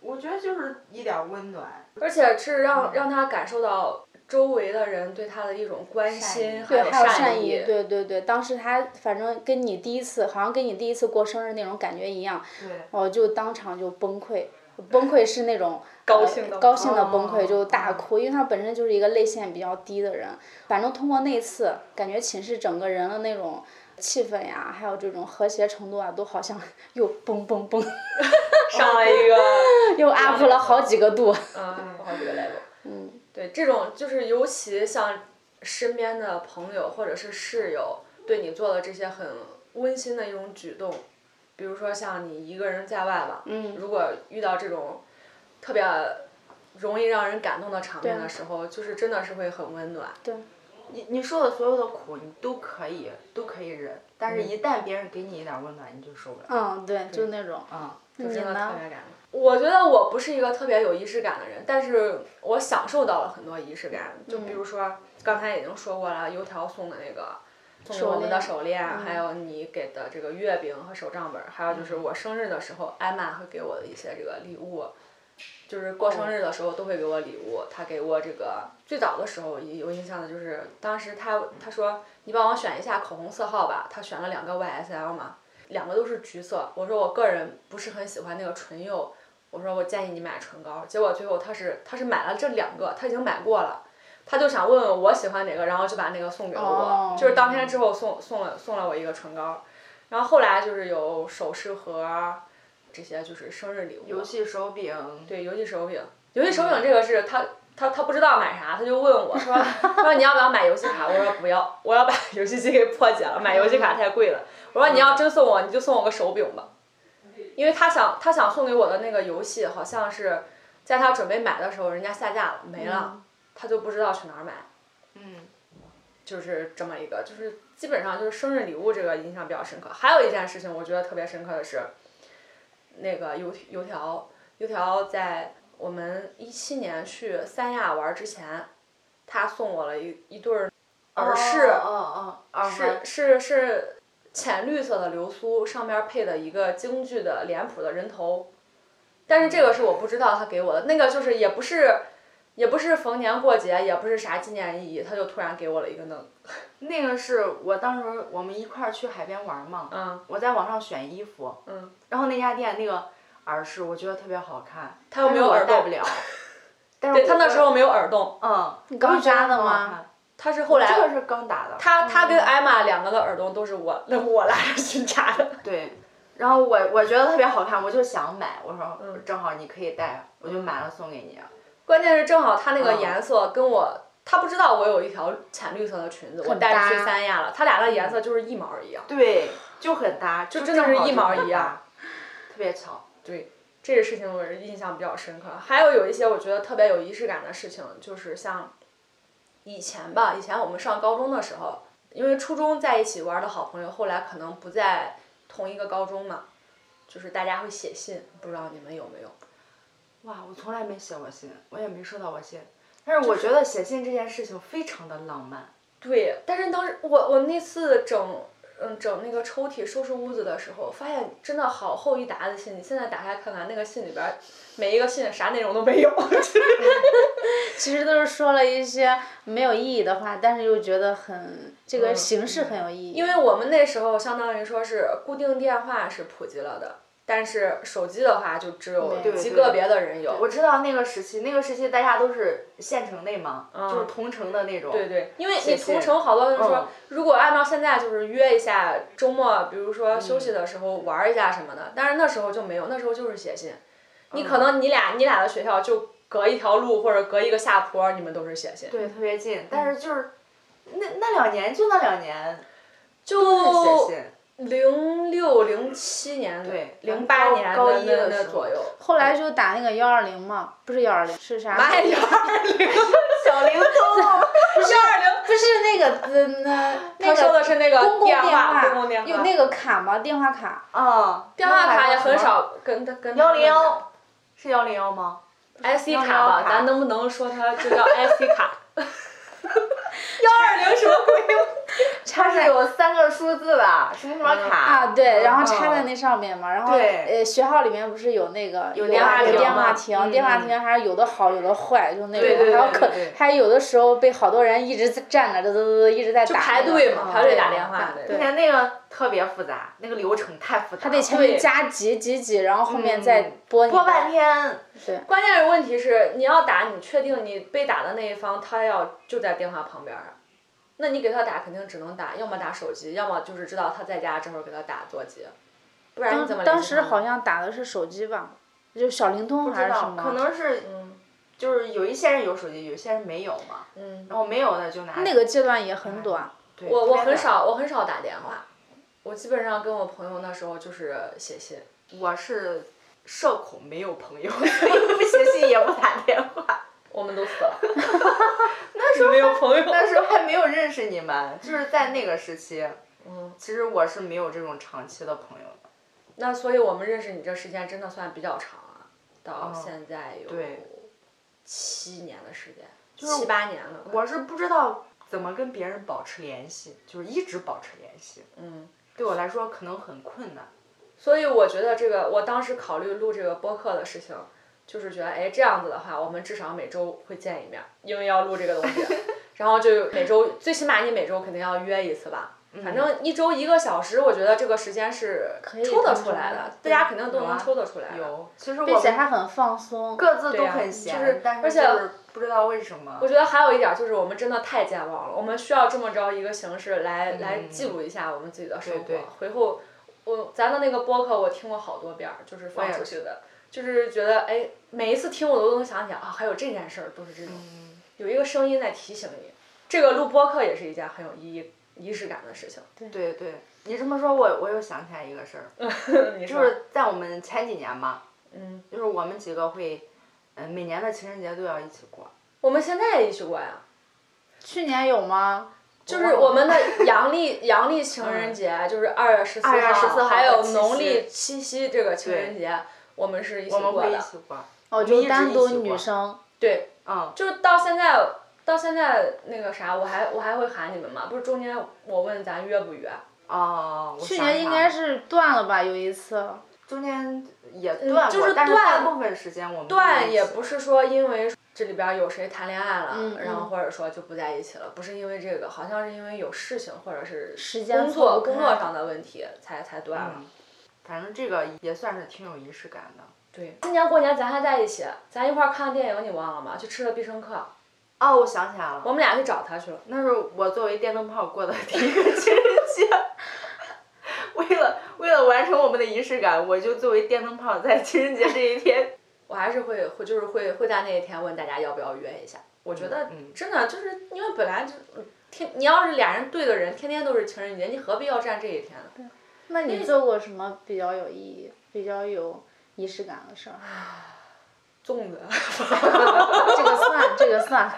[SPEAKER 3] 我觉得就是一点温暖，
[SPEAKER 1] 而且是
[SPEAKER 2] 嗯
[SPEAKER 1] 让让他感受到周围的人对他的一种关
[SPEAKER 3] 善意
[SPEAKER 1] 心，
[SPEAKER 3] 对
[SPEAKER 1] 有
[SPEAKER 2] 还有
[SPEAKER 1] 善
[SPEAKER 2] 善意，对对对，当时他反正跟你第一次，好像跟你第一次过生日那种感觉一样，我就当场就崩溃，崩溃是那种高
[SPEAKER 1] 兴的
[SPEAKER 2] 高兴的崩
[SPEAKER 3] 哦
[SPEAKER 2] 溃，就大哭，因为他本身就是一个泪腺比较低的人，反正通过那次，感觉寝室整个人的那种气氛呀，还有这种和谐程度啊，都好像又嘣 嘣嘣
[SPEAKER 1] 上了一个，
[SPEAKER 2] 又 up 了好几个度，
[SPEAKER 1] 嗯，好几个 level。嗯，对，这种就是尤其像身边的朋友或者是室友对你做了这些很温馨的一种举动，比如说像你一个人在外吧，嗯，如果遇到这种特别容易让人感动的场面的时候，就是真的是会很温暖。对，
[SPEAKER 2] 嗯
[SPEAKER 3] 你你受的所有的苦，你都可以都可以忍，但是一旦别人给你一点温暖，你就受不了。
[SPEAKER 2] 嗯，对，就那种，
[SPEAKER 3] 嗯，
[SPEAKER 1] 真的
[SPEAKER 2] 你呢
[SPEAKER 1] 特别感动。我觉得我不是一个特别有仪式感的人，但是我享受到了很多仪式感。就比如说刚才已经说过了，油条送的那个，送给我们的手链，还有你给的这个月饼和手账本，还有就是我生日的时候，艾玛会给我的一些这个礼物。就是过生日的时候都会给我礼物，他给我这个最早的时候有印象的就是当时他他说你帮我选一下口红色号吧，他选了两个 YSL 嘛，两个都是橘色。我说我个人不是很喜欢那个唇釉，我说我建议你买唇膏。结果最后他是他是买了这两个，他已经买过了，他就想问问我喜欢哪个，然后就把那个送给了我，
[SPEAKER 2] 哦
[SPEAKER 1] 就是当天之后送送了送了我一个唇膏，然后后来就是有首饰盒，这些就是生日礼物。啊
[SPEAKER 3] 游戏手柄，
[SPEAKER 1] 对，游戏手柄，游戏手柄这个是他他他不知道买啥，他就问我说说你要不要买游戏卡？我说不要，我要把 游戏机给破解了，买游戏卡太贵了。我说你要真送我，你就送我个手柄吧，因为他想他想送给我的那个游戏好像是在他准备买的时候人家下架了没了，他就不知道去哪儿买，
[SPEAKER 3] 嗯，
[SPEAKER 1] 就是这么一个，就是基本上就是生日礼物这个印象比较深刻。还有一件事情我觉得特别深刻的是，那个油油条油条在我们一七年去三亚玩之前，他送我了一一对儿耳饰，
[SPEAKER 3] 哦哦哦，
[SPEAKER 1] 是是是浅绿色的流苏，上面配的一个京剧的脸谱的人头，但是这个是我不知道他给我的，那个就是也不是。也不是逢年过节，也不是啥纪念意义，他就突然给我了一个那个
[SPEAKER 3] 那个是我当时我们一块儿去海边玩嘛，
[SPEAKER 1] 嗯
[SPEAKER 3] 我在网上选衣服，
[SPEAKER 1] 嗯，
[SPEAKER 3] 然后那家店那个耳饰我觉得特别好看，
[SPEAKER 1] 它又没有
[SPEAKER 3] 但是
[SPEAKER 1] 耳
[SPEAKER 3] 我戴
[SPEAKER 1] 洞
[SPEAKER 3] 不了， 但是
[SPEAKER 1] 对他那时候没有耳洞，
[SPEAKER 3] 我嗯，你
[SPEAKER 2] 刚扎的吗
[SPEAKER 1] 他是后来
[SPEAKER 3] 这个是刚打的，
[SPEAKER 1] 他他跟艾玛两个的耳洞都是我那我拉着去扎的。
[SPEAKER 3] 对，然后我我觉得特别好看，我就想买，我说
[SPEAKER 1] 嗯
[SPEAKER 3] 正好你可以戴，我就买了送给你，
[SPEAKER 1] 关键是正好他那
[SPEAKER 3] 嗯
[SPEAKER 1] 个颜色跟我，他不知道我有一条浅绿色的裙子，我带着去
[SPEAKER 2] 搭
[SPEAKER 1] 三亚了，他俩的颜色就是一毛一样。
[SPEAKER 3] 嗯对，就很搭，就
[SPEAKER 1] 真的是
[SPEAKER 3] 正好
[SPEAKER 1] 一毛
[SPEAKER 3] 就很
[SPEAKER 1] 一样
[SPEAKER 3] 搭，特别巧，
[SPEAKER 1] 对，这个事情我是印象比较深刻。还有有一些我觉得特别有仪式感的事情，就是像以前吧，以前我们上高中的时候，因为初中在一起玩的好朋友，后来可能不在同一个高中嘛，就是大家会写信，不知道你们有没有？
[SPEAKER 3] 哇，我从来没写过信，我也没收到过信，但是我觉得写信这件事情非常的浪漫。
[SPEAKER 1] 对，但是当时我我那次整嗯整那个抽屉收拾屋子的时候，发现真的好厚一沓子信。你现在打开看看，那个信里边儿每一个信啥内容都没有。
[SPEAKER 2] 其实都是说了一些没有意义的话，但是又觉得很这个形式很有意义。
[SPEAKER 1] 嗯因为我们那时候相当于说是固定电话是普及了的，但是手机的话就只有
[SPEAKER 2] 对
[SPEAKER 1] 极
[SPEAKER 3] 对
[SPEAKER 1] 个别的人有。
[SPEAKER 3] 我知道那个时期，那个时期大家都是县城内嘛，就是
[SPEAKER 1] 嗯
[SPEAKER 3] 同城的那种。
[SPEAKER 1] 对对，因为
[SPEAKER 3] 谢
[SPEAKER 1] 你
[SPEAKER 3] 谢
[SPEAKER 1] 同城好多人说，
[SPEAKER 3] 嗯
[SPEAKER 1] 如果按照现在就是约一下周末，比如说休息
[SPEAKER 3] 嗯
[SPEAKER 1] 的时候玩儿一下什么的，但是那时候就没有，那时候就是写信。
[SPEAKER 3] 嗯
[SPEAKER 1] 你可能你俩你俩的学校就隔一条路或者隔一个下坡，你们都是写信。
[SPEAKER 3] 对，特别
[SPEAKER 2] 嗯
[SPEAKER 3] 近，但是就是那那两年就那两年
[SPEAKER 1] 就
[SPEAKER 2] 哦
[SPEAKER 3] 写信，
[SPEAKER 1] 零六零七年，
[SPEAKER 3] 对
[SPEAKER 1] 零八年
[SPEAKER 3] 高
[SPEAKER 1] 的
[SPEAKER 3] 一
[SPEAKER 1] 那
[SPEAKER 3] 的
[SPEAKER 1] 那
[SPEAKER 3] 时候
[SPEAKER 1] 左右。
[SPEAKER 2] 后来就打那个幺二零嘛，不是幺二零是啥？
[SPEAKER 1] 哎呀，
[SPEAKER 3] 小灵通。
[SPEAKER 1] 幺二零，
[SPEAKER 2] 不是那个呃 那那
[SPEAKER 1] 他说
[SPEAKER 2] 个
[SPEAKER 1] 的是那个
[SPEAKER 2] 公共
[SPEAKER 1] 电
[SPEAKER 2] 电
[SPEAKER 1] 话，公共电话，哦
[SPEAKER 2] 有那个卡吗？电话卡？
[SPEAKER 3] 啊，
[SPEAKER 1] 电话卡也很。少跟他跟
[SPEAKER 3] 幺零幺是幺零幺吗？
[SPEAKER 1] IC
[SPEAKER 3] 幺零
[SPEAKER 1] 卡吧，
[SPEAKER 3] 卡
[SPEAKER 1] 咱能不能说它就叫 IC 卡？ 幺二零什么鬼？
[SPEAKER 3] 它是有三个数字吧？什么什么卡？
[SPEAKER 2] 啊，
[SPEAKER 1] 哦
[SPEAKER 2] 对，然后插在
[SPEAKER 3] 嗯
[SPEAKER 2] 那上面嘛，然后
[SPEAKER 3] 对
[SPEAKER 2] 呃，学校里面不是有那个有啊
[SPEAKER 3] 电话
[SPEAKER 2] 有
[SPEAKER 3] 亭
[SPEAKER 2] 电
[SPEAKER 3] 嘛
[SPEAKER 2] 话亭，
[SPEAKER 3] 嗯
[SPEAKER 2] 电话亭还是有的好，有的坏，就那
[SPEAKER 1] 对对
[SPEAKER 2] 种，还有
[SPEAKER 1] 对
[SPEAKER 2] 可
[SPEAKER 3] 对对
[SPEAKER 2] 还有的时候被好多人一直在站着，嘚嘚嘚嘚一直在打
[SPEAKER 1] 排
[SPEAKER 2] 那个
[SPEAKER 1] 队嘛
[SPEAKER 2] 嗯
[SPEAKER 1] 排队
[SPEAKER 2] 对
[SPEAKER 1] 打电话
[SPEAKER 2] 对
[SPEAKER 1] 对
[SPEAKER 3] 而且那个特别复杂，那个流程太复杂了，还
[SPEAKER 2] 得前面
[SPEAKER 1] 对
[SPEAKER 2] 加几几几，然后后面
[SPEAKER 3] 嗯
[SPEAKER 2] 再播播
[SPEAKER 3] 播半。天。
[SPEAKER 1] 关键是问题是你要打，你确定你被打的那一方他要就在电话旁边儿啊？那你给他打肯定只能打，要么打手机，要么就是知道他在家，这会儿给他打座机，不然你怎么联系
[SPEAKER 2] 当时
[SPEAKER 1] 他呢
[SPEAKER 2] 好像打的是手机吧，就小灵通还
[SPEAKER 3] 知
[SPEAKER 2] 是什
[SPEAKER 3] 道，
[SPEAKER 2] 么？
[SPEAKER 3] 哦可能是
[SPEAKER 1] 嗯
[SPEAKER 3] 就是有一些人有手机，有一些人没有嘛。
[SPEAKER 1] 嗯，
[SPEAKER 3] 然后哦没有的就拿
[SPEAKER 2] 那个阶段也很短。
[SPEAKER 3] 对
[SPEAKER 1] 我我
[SPEAKER 3] 特
[SPEAKER 1] 很
[SPEAKER 3] 别短
[SPEAKER 1] 少我很少打电话，我基本上跟我朋友那时候就是写信。
[SPEAKER 3] 我是社恐，没有朋友， 所以不写信也不打电话。
[SPEAKER 1] 我们都死了。 那时候没有朋友。
[SPEAKER 3] 那时候还没有认识你们，就是在那个时期，
[SPEAKER 1] 嗯，
[SPEAKER 3] 其实我是没有这种长期的朋友的。
[SPEAKER 1] 那所以我们认识你这时间真的算比较长了，到
[SPEAKER 3] 嗯
[SPEAKER 1] 现在有
[SPEAKER 3] 对
[SPEAKER 1] 七年的时间，
[SPEAKER 3] 是
[SPEAKER 1] 七八年了吧。
[SPEAKER 3] 我是不知道怎么跟别人保持联系，就是一直保持联系，
[SPEAKER 1] 嗯，
[SPEAKER 3] 对我来说可能很困难。
[SPEAKER 1] 所以我觉得这个，我当时考虑录这个播客的事情，就是觉得，哎，这样子的话，我们至少每周会见一面，因为要录这个 东西，然后就每周，最起码你每周肯定要约一次吧。
[SPEAKER 3] 嗯
[SPEAKER 1] 反正一周一个小时，我觉得这个时间是
[SPEAKER 2] 以
[SPEAKER 1] 抽得出来
[SPEAKER 2] 抽出
[SPEAKER 1] 的
[SPEAKER 2] 来，
[SPEAKER 1] 大家肯定都
[SPEAKER 3] 有啊
[SPEAKER 1] 能抽得出来的。
[SPEAKER 3] 有，其实我
[SPEAKER 2] 并且
[SPEAKER 3] 们
[SPEAKER 2] 还很放松，
[SPEAKER 3] 各自
[SPEAKER 1] 对
[SPEAKER 3] 都
[SPEAKER 1] 呀
[SPEAKER 3] 很闲，
[SPEAKER 1] 就是
[SPEAKER 3] 但
[SPEAKER 1] 而
[SPEAKER 3] 是
[SPEAKER 1] 且
[SPEAKER 3] 就是不知道为什么
[SPEAKER 1] 我。觉得还有一点就是，我们真的太健忘了，我们需要这么着一个形式来、来记录一下我们自己的生活。
[SPEAKER 3] 嗯对对
[SPEAKER 1] 回后我咱的那个播客我听过好多遍儿，就是放
[SPEAKER 3] 我也
[SPEAKER 1] 出去
[SPEAKER 3] 是
[SPEAKER 1] 的，就是觉得哎，每一次听我都能想起来啊，还有这件事儿，都是这种、
[SPEAKER 3] 嗯
[SPEAKER 1] 有一个声音在提醒你。这个录播客也是一件很有意义仪式感的事情。
[SPEAKER 3] 对对，你这么说我我又想起来一个 事儿，
[SPEAKER 1] 你说
[SPEAKER 3] 就是在我们前几年吧，
[SPEAKER 1] 嗯，
[SPEAKER 3] 就是我们几个会，嗯，每年的情人节都要一起过。
[SPEAKER 1] 我们现在也一起过呀，
[SPEAKER 2] 去年有吗？
[SPEAKER 1] 就是我们的阳历阳历情人节，就是二月十四
[SPEAKER 3] 2月14
[SPEAKER 1] 号，
[SPEAKER 3] 号
[SPEAKER 1] 还有
[SPEAKER 3] 和七夕
[SPEAKER 1] 农历七夕这个情人节，我们是一起
[SPEAKER 3] 我们
[SPEAKER 1] 过
[SPEAKER 3] 会一
[SPEAKER 1] 的。
[SPEAKER 3] 起过。
[SPEAKER 2] 哦，
[SPEAKER 3] 们
[SPEAKER 2] 就
[SPEAKER 3] 一直
[SPEAKER 2] 单
[SPEAKER 3] 一
[SPEAKER 2] 独
[SPEAKER 3] 起
[SPEAKER 2] 女
[SPEAKER 3] 过
[SPEAKER 2] 生。
[SPEAKER 1] 对，
[SPEAKER 3] 嗯，
[SPEAKER 1] 就是到现在，到现在那个啥，我还我还会喊你们嘛？不是中间我问咱约不约？
[SPEAKER 3] 哦，我
[SPEAKER 2] 去
[SPEAKER 3] 想
[SPEAKER 2] 年应
[SPEAKER 3] 想
[SPEAKER 2] 该是断了吧，有一次。
[SPEAKER 3] 中间也断过，
[SPEAKER 1] 嗯就是
[SPEAKER 3] 但是
[SPEAKER 1] 断
[SPEAKER 3] 大部分时间我们
[SPEAKER 1] 断也
[SPEAKER 3] 不
[SPEAKER 1] 不是说因为这里边有谁谈恋爱了，
[SPEAKER 2] 嗯嗯
[SPEAKER 1] 然后或者说就不在一起了，不是因为这个，好像是因为有事情或者是
[SPEAKER 2] 时间
[SPEAKER 1] 工作
[SPEAKER 2] 错不开
[SPEAKER 1] 工作上的问题才才断了。
[SPEAKER 3] 嗯反正这个也算是挺有仪式感的。
[SPEAKER 1] 对，今年过年咱还在一起，咱一块儿看电影，你忘了吗？去吃了必胜客，
[SPEAKER 3] 哦，我想起来了，
[SPEAKER 1] 我们俩去找他去了。
[SPEAKER 3] 那是我作为电灯泡过的第一个情人节。为了为了完成我们的仪式感，我就作为电灯泡在情人节这一天。
[SPEAKER 1] 我还是会会就是会会在那一天问大家要不要约一下。我觉得
[SPEAKER 3] 嗯
[SPEAKER 1] 真的就是因为本来就嗯天，你要是俩人对的人，天天都是情人节，你何必要占这一天呢？
[SPEAKER 2] 那你做过什么比较有意义、比较有仪式感的事儿？
[SPEAKER 1] 粽子，
[SPEAKER 2] 这个算，这个算。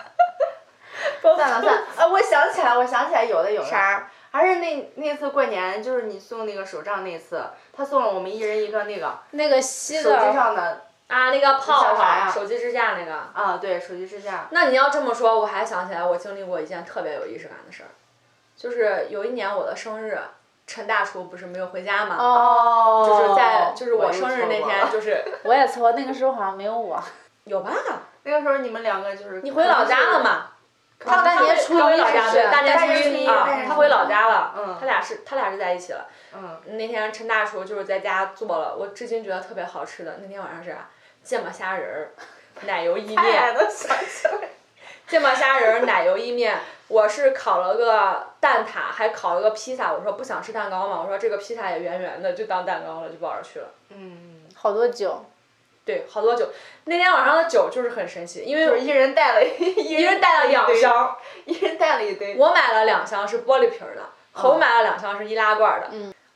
[SPEAKER 3] 算了算 了，啊，我想起来，我想起来，有的有的。
[SPEAKER 2] 啥？
[SPEAKER 3] 还是那那次过年，就是你送那个手账那次，他送了我们一人一个那个
[SPEAKER 2] 那个西
[SPEAKER 3] 手机
[SPEAKER 2] 的，
[SPEAKER 3] 上的
[SPEAKER 1] 啊，那个泡
[SPEAKER 3] 想
[SPEAKER 1] 泡，
[SPEAKER 3] 啥呀
[SPEAKER 1] 手机支架那个。
[SPEAKER 3] 啊，对，手机支架。
[SPEAKER 1] 那你要这么说，我还想起来我经历过一件特别有仪式感的事儿，就是有一年我的生日，陈大厨不是没有回家嘛，
[SPEAKER 2] 哦
[SPEAKER 1] 就是在就是
[SPEAKER 3] 我
[SPEAKER 1] 我
[SPEAKER 3] 又
[SPEAKER 1] 生日
[SPEAKER 3] 错
[SPEAKER 1] 那
[SPEAKER 3] 过
[SPEAKER 1] 天
[SPEAKER 3] 了
[SPEAKER 1] 就是
[SPEAKER 2] 我也错，那个时候好像没有我。
[SPEAKER 1] 有吧？
[SPEAKER 3] 那个时候你们两个就是你
[SPEAKER 1] 你回老家了？ 嘛？
[SPEAKER 3] 他
[SPEAKER 2] 大年初一
[SPEAKER 1] 他回老家
[SPEAKER 2] 是
[SPEAKER 1] 对，大
[SPEAKER 3] 大
[SPEAKER 1] 年
[SPEAKER 3] 年
[SPEAKER 1] 初
[SPEAKER 3] 初一大
[SPEAKER 1] 啊
[SPEAKER 3] 年，
[SPEAKER 1] 他
[SPEAKER 3] 初
[SPEAKER 1] 回
[SPEAKER 3] 一
[SPEAKER 1] 老家了。
[SPEAKER 3] 嗯
[SPEAKER 1] 他俩是他俩是在一起了。
[SPEAKER 3] 嗯，
[SPEAKER 1] 那天陈大厨就是在家做了，我至今觉得特别好吃的。那天晚上是啥芥末虾仁 儿、奶油意
[SPEAKER 3] 哎，
[SPEAKER 1] 面，
[SPEAKER 3] 都想起来。
[SPEAKER 1] 芥末虾仁儿、 奶油意面。我是烤了个蛋挞，还烤了个披萨。我说不想吃蛋糕嘛，我说这个披萨也圆圆的，就当蛋糕了，就抱着去了。
[SPEAKER 3] 嗯，
[SPEAKER 2] 好多酒，
[SPEAKER 1] 对，好多酒。那天晚上的酒就是很神奇，因为
[SPEAKER 3] 就是一人带了一
[SPEAKER 1] 一人带了两
[SPEAKER 3] 堆，
[SPEAKER 1] 箱，
[SPEAKER 3] 一人带了一堆。
[SPEAKER 1] 我买了两箱是玻璃瓶儿的，猴
[SPEAKER 3] 嗯
[SPEAKER 1] 买了两箱是易拉罐儿的，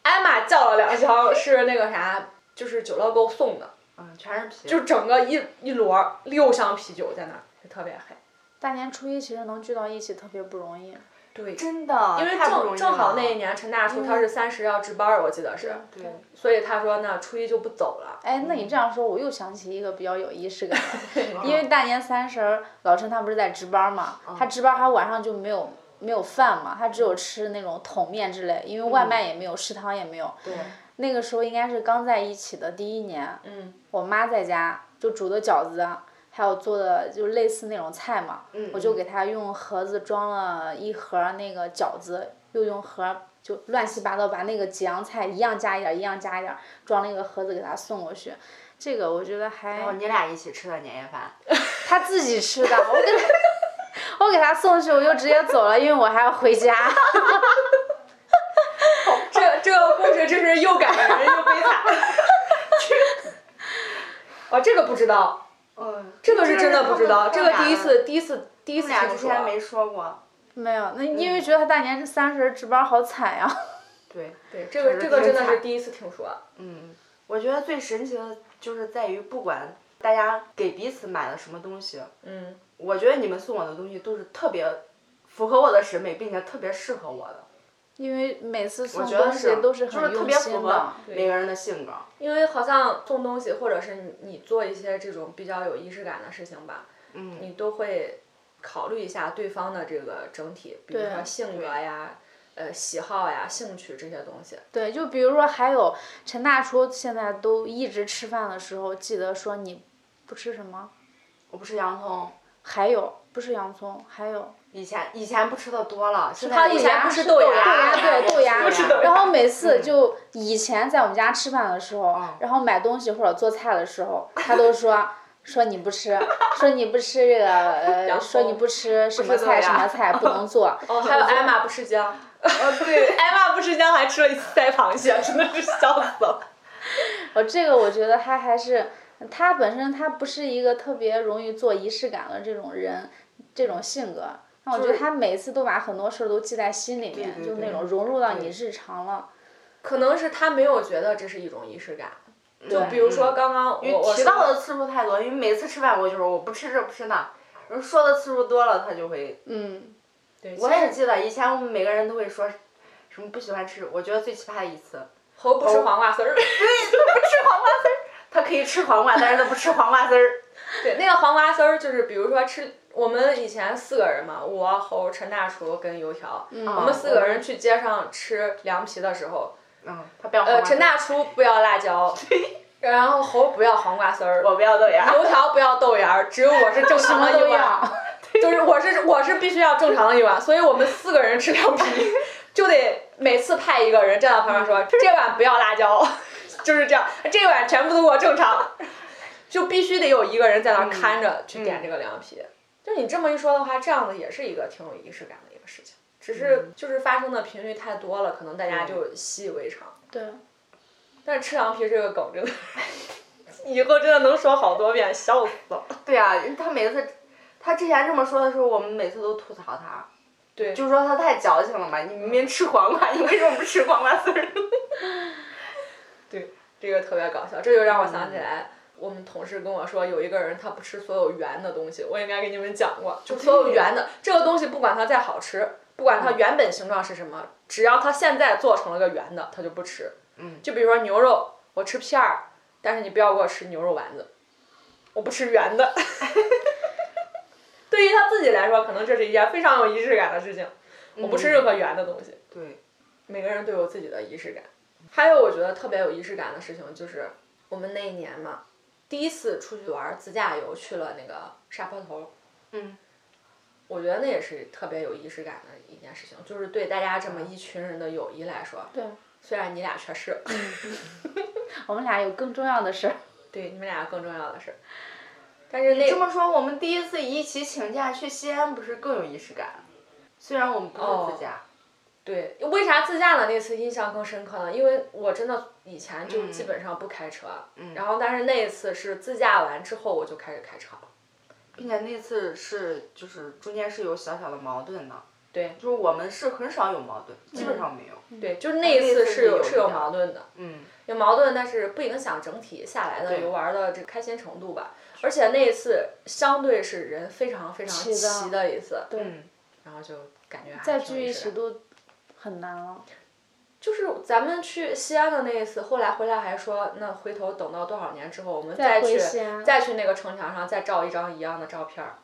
[SPEAKER 1] 艾玛叫了两箱是那个啥，就是酒乐购送的，
[SPEAKER 3] 嗯，全是皮。
[SPEAKER 1] 就整个一一摞儿六箱啤酒在那儿，就特别嗨。
[SPEAKER 2] 大年初一其实能聚到一起特别不容易。
[SPEAKER 1] 对，
[SPEAKER 3] 真的，
[SPEAKER 1] 因为
[SPEAKER 3] 太不容
[SPEAKER 1] 正
[SPEAKER 3] 易
[SPEAKER 1] 正好
[SPEAKER 3] 了
[SPEAKER 1] 那一年陈大厨他是三十要值班儿，我记得是，
[SPEAKER 3] 嗯对，
[SPEAKER 1] 所以他说那初一就不走了。
[SPEAKER 2] 哎，那你这样说，我又想起一个比较有仪式感的，因
[SPEAKER 3] 为
[SPEAKER 2] 为大年三十儿老陈他不是在值班嘛，
[SPEAKER 3] 嗯
[SPEAKER 2] 他值班他晚上就没有没有饭嘛，他只有吃那种桶面之类，因为外卖也没有，食堂也没有。
[SPEAKER 3] 嗯对，
[SPEAKER 2] 那个时候应该是刚在一起的第一年，
[SPEAKER 1] 嗯，
[SPEAKER 2] 我妈在家就煮的饺子，还有做的就类似那种菜嘛，
[SPEAKER 3] 嗯
[SPEAKER 2] 我就给她用盒子装了一盒那个饺子，又用盒就乱七八糟把那个几样菜一样加一点，一样加一点，装了一个盒子给她送过去。这个我觉得还
[SPEAKER 3] 然哦后你俩一起吃的年夜饭，
[SPEAKER 2] 她自己吃的，我给她我给她送去，我就直接走了，因为我还要回家。
[SPEAKER 1] 这这个故事真是又感人又悲惨。 哦，这个不知道，
[SPEAKER 3] 嗯，
[SPEAKER 1] 这个是真的不知道，这个第一
[SPEAKER 3] 他们
[SPEAKER 1] 次第一次第一次
[SPEAKER 3] 俩
[SPEAKER 1] 听
[SPEAKER 3] 之
[SPEAKER 1] 说。
[SPEAKER 3] 前没说过，
[SPEAKER 2] 没有，那因为觉得她大年三十值班好惨呀、
[SPEAKER 3] 对，
[SPEAKER 1] 对，这个
[SPEAKER 3] 是
[SPEAKER 1] 这个真的
[SPEAKER 3] 天
[SPEAKER 1] 是
[SPEAKER 3] 才
[SPEAKER 1] 第一次听说。
[SPEAKER 3] 嗯，我觉得最神奇的就是在于，不管大家给彼此买了什么东西，
[SPEAKER 1] 嗯，
[SPEAKER 3] 我觉得你们送我的东西都是特别符合我的审美，并且特别适合我的，
[SPEAKER 2] 因为每次送
[SPEAKER 3] 我觉得
[SPEAKER 2] 东
[SPEAKER 3] 是
[SPEAKER 2] 西都是
[SPEAKER 3] 就是
[SPEAKER 2] 很
[SPEAKER 3] 特
[SPEAKER 2] 用
[SPEAKER 3] 别符
[SPEAKER 2] 心的
[SPEAKER 3] 合。每个人的性格。
[SPEAKER 1] 因为好像送东西，或者是你你做一些这种比较有仪式感的事情吧，
[SPEAKER 3] 嗯，
[SPEAKER 1] 你都会考虑一下对方的这个整体，比如说
[SPEAKER 2] 对
[SPEAKER 1] 性格呀、呃喜好呀、兴趣这些东西。
[SPEAKER 2] 对，就比如说还有陈大厨现在都一直吃饭的时候，记得说你不吃什么，
[SPEAKER 3] 我不吃洋葱，
[SPEAKER 2] 还有不吃洋葱，还有
[SPEAKER 3] 以前以前不吃的多了，现在
[SPEAKER 1] 他
[SPEAKER 3] 豆
[SPEAKER 1] 以前
[SPEAKER 3] 芽
[SPEAKER 1] 不吃
[SPEAKER 3] 是
[SPEAKER 1] 豆
[SPEAKER 3] 豆
[SPEAKER 1] 芽
[SPEAKER 2] 对豆芽啊
[SPEAKER 3] 不吃豆，嗯
[SPEAKER 2] 然后每次就以前在我们家吃饭的时候，然后买东西或者做菜的时候，他都说。说你不吃，说你不吃这个，呃，说你
[SPEAKER 1] 葱
[SPEAKER 2] 不吃什么
[SPEAKER 3] 豆
[SPEAKER 2] 菜什
[SPEAKER 3] 芽
[SPEAKER 2] 么菜不能做，
[SPEAKER 1] 哦，还有艾玛不吃姜，哦对，艾玛不吃姜还吃了一次塞螃蟹，真的是笑死了。
[SPEAKER 2] 我这个我觉得他还是他本身他不是一个特别容易做仪式感的这种人，这种性格。那我觉得他每次都把很多事儿都记在心里面，
[SPEAKER 3] 对对
[SPEAKER 2] 就
[SPEAKER 3] 对
[SPEAKER 2] 那种融入到你日常了。
[SPEAKER 1] 可能是他没有觉得这是一种仪式感，就比如说刚刚我我
[SPEAKER 3] 提到
[SPEAKER 1] 说
[SPEAKER 3] 的次数太多，因为每次吃饭我就说我不吃这不吃那，然后说的次数多了，他就会。
[SPEAKER 2] 嗯，
[SPEAKER 3] 我也记
[SPEAKER 1] 哦
[SPEAKER 3] 得以前我们每个人都会说，什么不喜欢吃。我觉得最奇葩的一次，
[SPEAKER 1] 猴不吃黄瓜丝儿。
[SPEAKER 3] 他可以吃黄瓜，但是他不吃黄瓜丝儿。
[SPEAKER 1] 对，那个黄瓜丝儿就是，比如说吃，我们以前四个人嘛，我、猴、陈大厨跟油条，
[SPEAKER 2] 嗯
[SPEAKER 1] 我们四个人去街上吃凉皮的时候，
[SPEAKER 3] 嗯，他不要黄瓜
[SPEAKER 1] 呃，
[SPEAKER 3] 丝儿。
[SPEAKER 1] 陈大厨不要辣 椒，然后猴不要黄瓜丝儿，
[SPEAKER 3] 我不要豆芽。
[SPEAKER 1] 油条不要豆芽儿，只有我是正
[SPEAKER 2] 什
[SPEAKER 1] 常
[SPEAKER 2] 么
[SPEAKER 1] 的
[SPEAKER 2] 都
[SPEAKER 1] 一碗，
[SPEAKER 2] 要。
[SPEAKER 1] 就是我是我是必须要正常的一碗，所以我们四个人吃凉皮， 就得每次派一个人站到旁边说，这碗不要辣椒， 就是这样，这碗全部都给我正常， 就必须得有一个人在那儿看着去点这个凉皮。就你这么一说的话，这样的也是一个挺有仪式感的一个事情，只是就是发生的频率太多了，可能大家就习以为常。
[SPEAKER 2] 对，
[SPEAKER 1] 但是吃凉皮这个梗真的，以后真的能说好多遍，笑死了。
[SPEAKER 3] 对啊，他每次，他之前这么说的时候，我们每次都吐槽他。
[SPEAKER 1] 对
[SPEAKER 3] 就说他太矫情了嘛！你明明吃黄瓜，你为什么不吃黄瓜丝儿？
[SPEAKER 1] 这个特别搞笑，这就让我想起来，我们同事跟我说，有一个人他不吃所有圆的东西，我应该给你们讲过，就所有圆的这个东西，不管它再好吃，不管它原本形状是什么，只要它现在做成了个圆的，他就不吃。
[SPEAKER 3] 嗯，
[SPEAKER 1] 就比如说牛肉，我吃片儿，但是你不要给我吃牛肉丸子，我不吃圆的。 对于他自己来说，可能这是一件非常有仪式感的事情，我不吃任何圆的东西。
[SPEAKER 3] 嗯对，
[SPEAKER 1] 每个人都有自己的仪式感。还有我觉得特别有仪式感的事情就是我们那一年嘛，第一次出去玩儿自驾游去了那个沙坡头，
[SPEAKER 3] 嗯，
[SPEAKER 1] 我觉得那也是特别有仪式感的一件事情，就是对大家这么
[SPEAKER 3] 嗯
[SPEAKER 1] 一群人的友谊来说，
[SPEAKER 2] 对，
[SPEAKER 1] 虽然你俩缺失，
[SPEAKER 2] 我们俩有更重要的事儿。
[SPEAKER 1] 对你们俩更重要的是，但是那
[SPEAKER 3] 这么说，我们第一次一起请假去西安，不是更有仪式感？虽然我们不是自驾，
[SPEAKER 1] 对，为啥自驾的那次印象更深刻呢？因为我真的以前就
[SPEAKER 2] 嗯
[SPEAKER 1] 基本上不开车，然后但是那一次是自驾完之后我就开始开车了。
[SPEAKER 3] 并且那次是就是中间是有小小的矛盾的。
[SPEAKER 1] 对，
[SPEAKER 3] 就是我们是很少有矛盾，基本上没有。
[SPEAKER 1] 对，
[SPEAKER 2] 哦
[SPEAKER 1] 就是那一次
[SPEAKER 3] 那次
[SPEAKER 1] 是有
[SPEAKER 3] 有
[SPEAKER 1] 是有
[SPEAKER 3] 一点
[SPEAKER 1] 矛盾的，
[SPEAKER 3] 嗯，
[SPEAKER 1] 有矛盾，但是不影响整体下来的
[SPEAKER 3] 对
[SPEAKER 1] 游玩的这个开心程度吧。而且那一次相对是人非常非常
[SPEAKER 2] 齐的
[SPEAKER 1] 齐的一次，
[SPEAKER 2] 对
[SPEAKER 3] 嗯
[SPEAKER 1] 然后就感觉还
[SPEAKER 2] 再
[SPEAKER 1] 挺有
[SPEAKER 2] 聚一
[SPEAKER 1] 意思
[SPEAKER 2] 起
[SPEAKER 1] 的
[SPEAKER 2] 都很难了。
[SPEAKER 1] 就是咱们去西安的那一次，后来回来还说，那回头等到多少年之后，我们
[SPEAKER 2] 再
[SPEAKER 1] 去
[SPEAKER 2] 回西安
[SPEAKER 1] 再去那个城墙上再照一张一样的照片儿。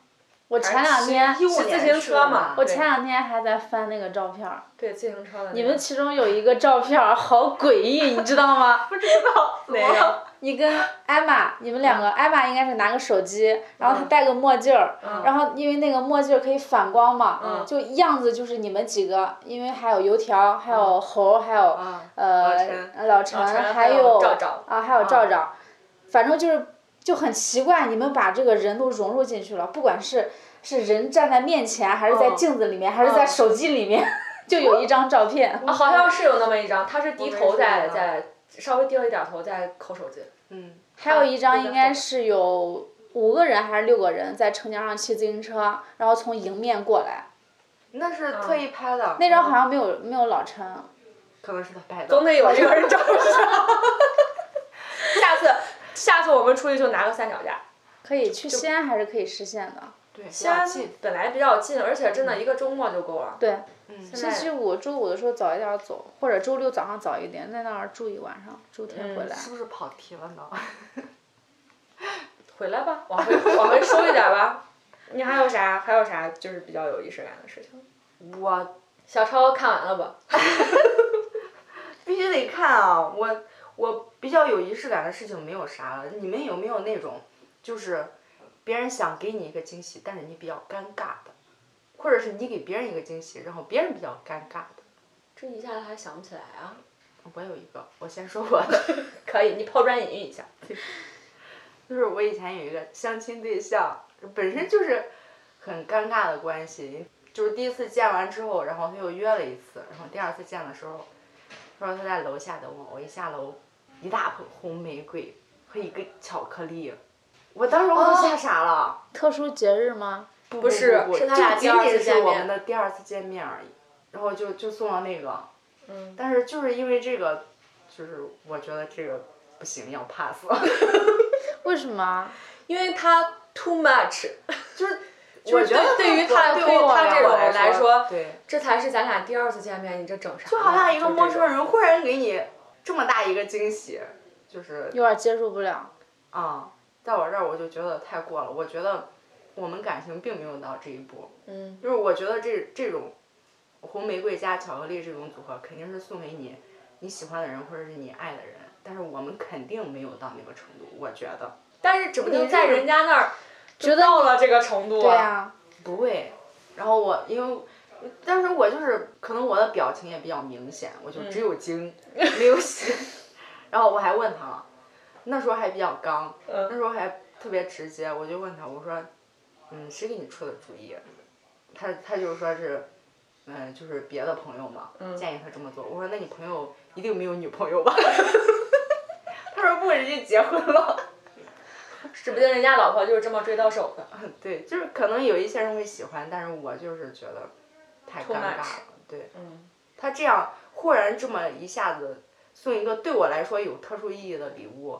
[SPEAKER 2] 我前两天，
[SPEAKER 3] 15
[SPEAKER 1] 是自
[SPEAKER 3] 年
[SPEAKER 1] 行
[SPEAKER 3] 去
[SPEAKER 1] 车
[SPEAKER 3] 的
[SPEAKER 1] 嘛
[SPEAKER 3] 吧
[SPEAKER 1] 我
[SPEAKER 2] 我前两天还在翻那个照片儿，
[SPEAKER 1] 对自行车的那个、
[SPEAKER 2] 你们 其中有一个照片儿好诡异，你知道吗？
[SPEAKER 3] 不知道怎么了。
[SPEAKER 2] 你跟艾玛，你们两个，艾玛应该是拿个手机，然后
[SPEAKER 1] 嗯
[SPEAKER 2] 她戴个墨镜儿，然后因为那个墨镜儿可以反光嘛，
[SPEAKER 1] 嗯
[SPEAKER 2] 就样子就是你们几个，因为还有油条，还有猴儿，还有、呃
[SPEAKER 3] 老陈
[SPEAKER 2] 呃老陈，
[SPEAKER 1] 嗯陈
[SPEAKER 2] 还
[SPEAKER 1] 还有赵赵
[SPEAKER 2] 啊还有赵赵，反正就是就很奇怪，你们把这个人都融入进去了，不管是是人站在面前，还是在
[SPEAKER 3] 嗯嗯
[SPEAKER 2] 镜子里面，还是在手机里面， 就有一张照片。
[SPEAKER 1] 啊，好像是有那么一张，他是低头在
[SPEAKER 3] 我没注意啊
[SPEAKER 1] 在稍微低了一点头在抠手机。
[SPEAKER 3] 嗯，
[SPEAKER 2] 还有一张应该是有五个人还是六个人在城墙上骑自行车，然后从迎面过来。
[SPEAKER 3] 那是特意拍的。
[SPEAKER 2] 那张好像没有没有老陈，
[SPEAKER 3] 可能是他拍的。
[SPEAKER 1] 总得有一个人照 相。 下次下次我们出去就拿个三脚架。
[SPEAKER 2] 可以去西安还是可以实现的。
[SPEAKER 3] 对，
[SPEAKER 1] 西安
[SPEAKER 3] 近。嗯
[SPEAKER 1] 本来比较近，而且真的一个周末就够了。
[SPEAKER 2] 对，
[SPEAKER 1] 现在
[SPEAKER 2] 星期五周五的时候早一点走，或者周六早上早一点，在那儿住一晚上，周天回来。
[SPEAKER 3] 嗯是不是跑题了呢？
[SPEAKER 1] 回来吧，往回往回收一点吧。 你还有啥？还有啥就是比较有仪式感的事情？
[SPEAKER 3] 我
[SPEAKER 1] 小超看完了吧？
[SPEAKER 3] 必须得看啊！我我比较有仪式感的事情没有啥了。你们有没有那种就是别人想给你一个惊喜，但是你比较尴尬的，或者是你给别人一个惊喜，然后别人比较尴尬的？
[SPEAKER 1] 这一下子还想不起来啊。
[SPEAKER 3] 我有一个，我先说我的，
[SPEAKER 1] 可以，你抛砖引玉一下。
[SPEAKER 3] 就是我以前有一个相亲对象，本身就是很尴尬的关系，就是第一次见完之后，然后他又约了一次，然后第二次见的时候，他说他在楼下等我，我一下楼，一大捧红玫瑰和一个巧克力，我当时我都吓傻了。
[SPEAKER 2] 特殊节日吗？
[SPEAKER 3] 不
[SPEAKER 1] 哦不是
[SPEAKER 3] 不
[SPEAKER 1] 是他俩
[SPEAKER 3] 就
[SPEAKER 1] 第
[SPEAKER 3] 仅
[SPEAKER 1] 二
[SPEAKER 3] 仅
[SPEAKER 1] 次
[SPEAKER 3] 是
[SPEAKER 1] 见
[SPEAKER 3] 我
[SPEAKER 1] 面
[SPEAKER 3] 们的第二次见面而已，然后就就送了那个，
[SPEAKER 1] 嗯，
[SPEAKER 3] 但是就是因为这个，就是我觉得这个不行，要 pass，
[SPEAKER 2] 为什么？啊
[SPEAKER 1] 因为他 too much，
[SPEAKER 3] 就是
[SPEAKER 1] 就是
[SPEAKER 3] 我觉得
[SPEAKER 1] 对对于
[SPEAKER 3] 我
[SPEAKER 1] 他
[SPEAKER 3] 对
[SPEAKER 1] 对于
[SPEAKER 3] 我
[SPEAKER 1] 他这种人来
[SPEAKER 3] 来
[SPEAKER 1] 说
[SPEAKER 3] 对，
[SPEAKER 1] 这才是咱俩第二次见面，你这整啥呢？
[SPEAKER 3] 就好像一个
[SPEAKER 1] 嗯就这
[SPEAKER 3] 陌生
[SPEAKER 1] 种，
[SPEAKER 3] 人忽然给你这么大一个惊喜，就是
[SPEAKER 2] 有点接受不了。
[SPEAKER 1] 嗯
[SPEAKER 3] 啊，在我这儿我就觉得太过了，我觉得我们感情并没有到这一步，
[SPEAKER 1] 嗯，
[SPEAKER 3] 就是我觉得这这种红玫瑰加巧克力这种组合，肯定是送给你你喜欢的人或者是你爱的人，但是我们肯定没有到那个程度，我觉得
[SPEAKER 1] 但是指不定
[SPEAKER 3] 你
[SPEAKER 1] 在
[SPEAKER 3] 这个
[SPEAKER 1] 人家那儿
[SPEAKER 2] 觉得
[SPEAKER 1] 到了这个程度啊
[SPEAKER 2] 对啊呀、
[SPEAKER 3] 不会。然后我因为，但是我就是可能我的表情也比较明显，我就只有惊、没有喜。 然后我还问他，那时候还比较刚，那时候还特别直接，我就问他，我说，嗯，谁给你出的主意？他他就说是，嗯、就是别的朋友嘛，建议他这么做。我说那你朋友一定没有女朋友吧？ 他说不，人家结婚了。
[SPEAKER 1] 指不定人家老婆就是这么追到手的。
[SPEAKER 3] 对，就是可能有一些人会喜欢，但是我就是觉得太尴
[SPEAKER 1] Too
[SPEAKER 3] 尬
[SPEAKER 1] much
[SPEAKER 3] 了。对
[SPEAKER 1] 嗯，
[SPEAKER 3] 他这样忽然这么一下子送一个对我来说有特殊意义的礼物，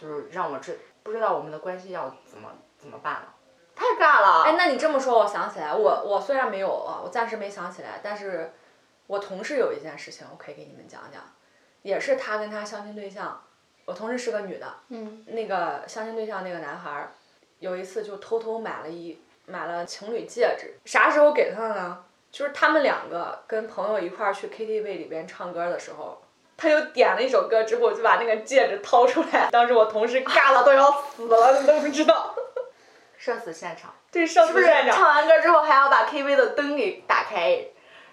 [SPEAKER 3] 就是让我知不知道我们的关系要怎么怎么办了，太尬了。
[SPEAKER 1] 哎，那你这么说，我想起来，我我虽然没有啊，我暂时没想起来，但是我同事有一件事情，我可以给你们讲讲，也是他跟他相亲对象，我同事是个女的，
[SPEAKER 2] 嗯，
[SPEAKER 1] 那个相亲对象那个男孩儿，有一次就偷偷买了一买了情侣戒指，啥时候给他的呢？就是他们两个跟朋友一块儿去 KTV 里边唱歌的时候，他就点了一首歌之后，就把那个戒指掏出来。当时我同事尬了都要死了，你都不知道。
[SPEAKER 3] 社死现场。
[SPEAKER 1] 对，上
[SPEAKER 3] 是
[SPEAKER 1] 次
[SPEAKER 3] 不是
[SPEAKER 1] 院
[SPEAKER 3] 唱
[SPEAKER 1] 长，
[SPEAKER 3] 完歌之后还要把 KTV 的灯给打开，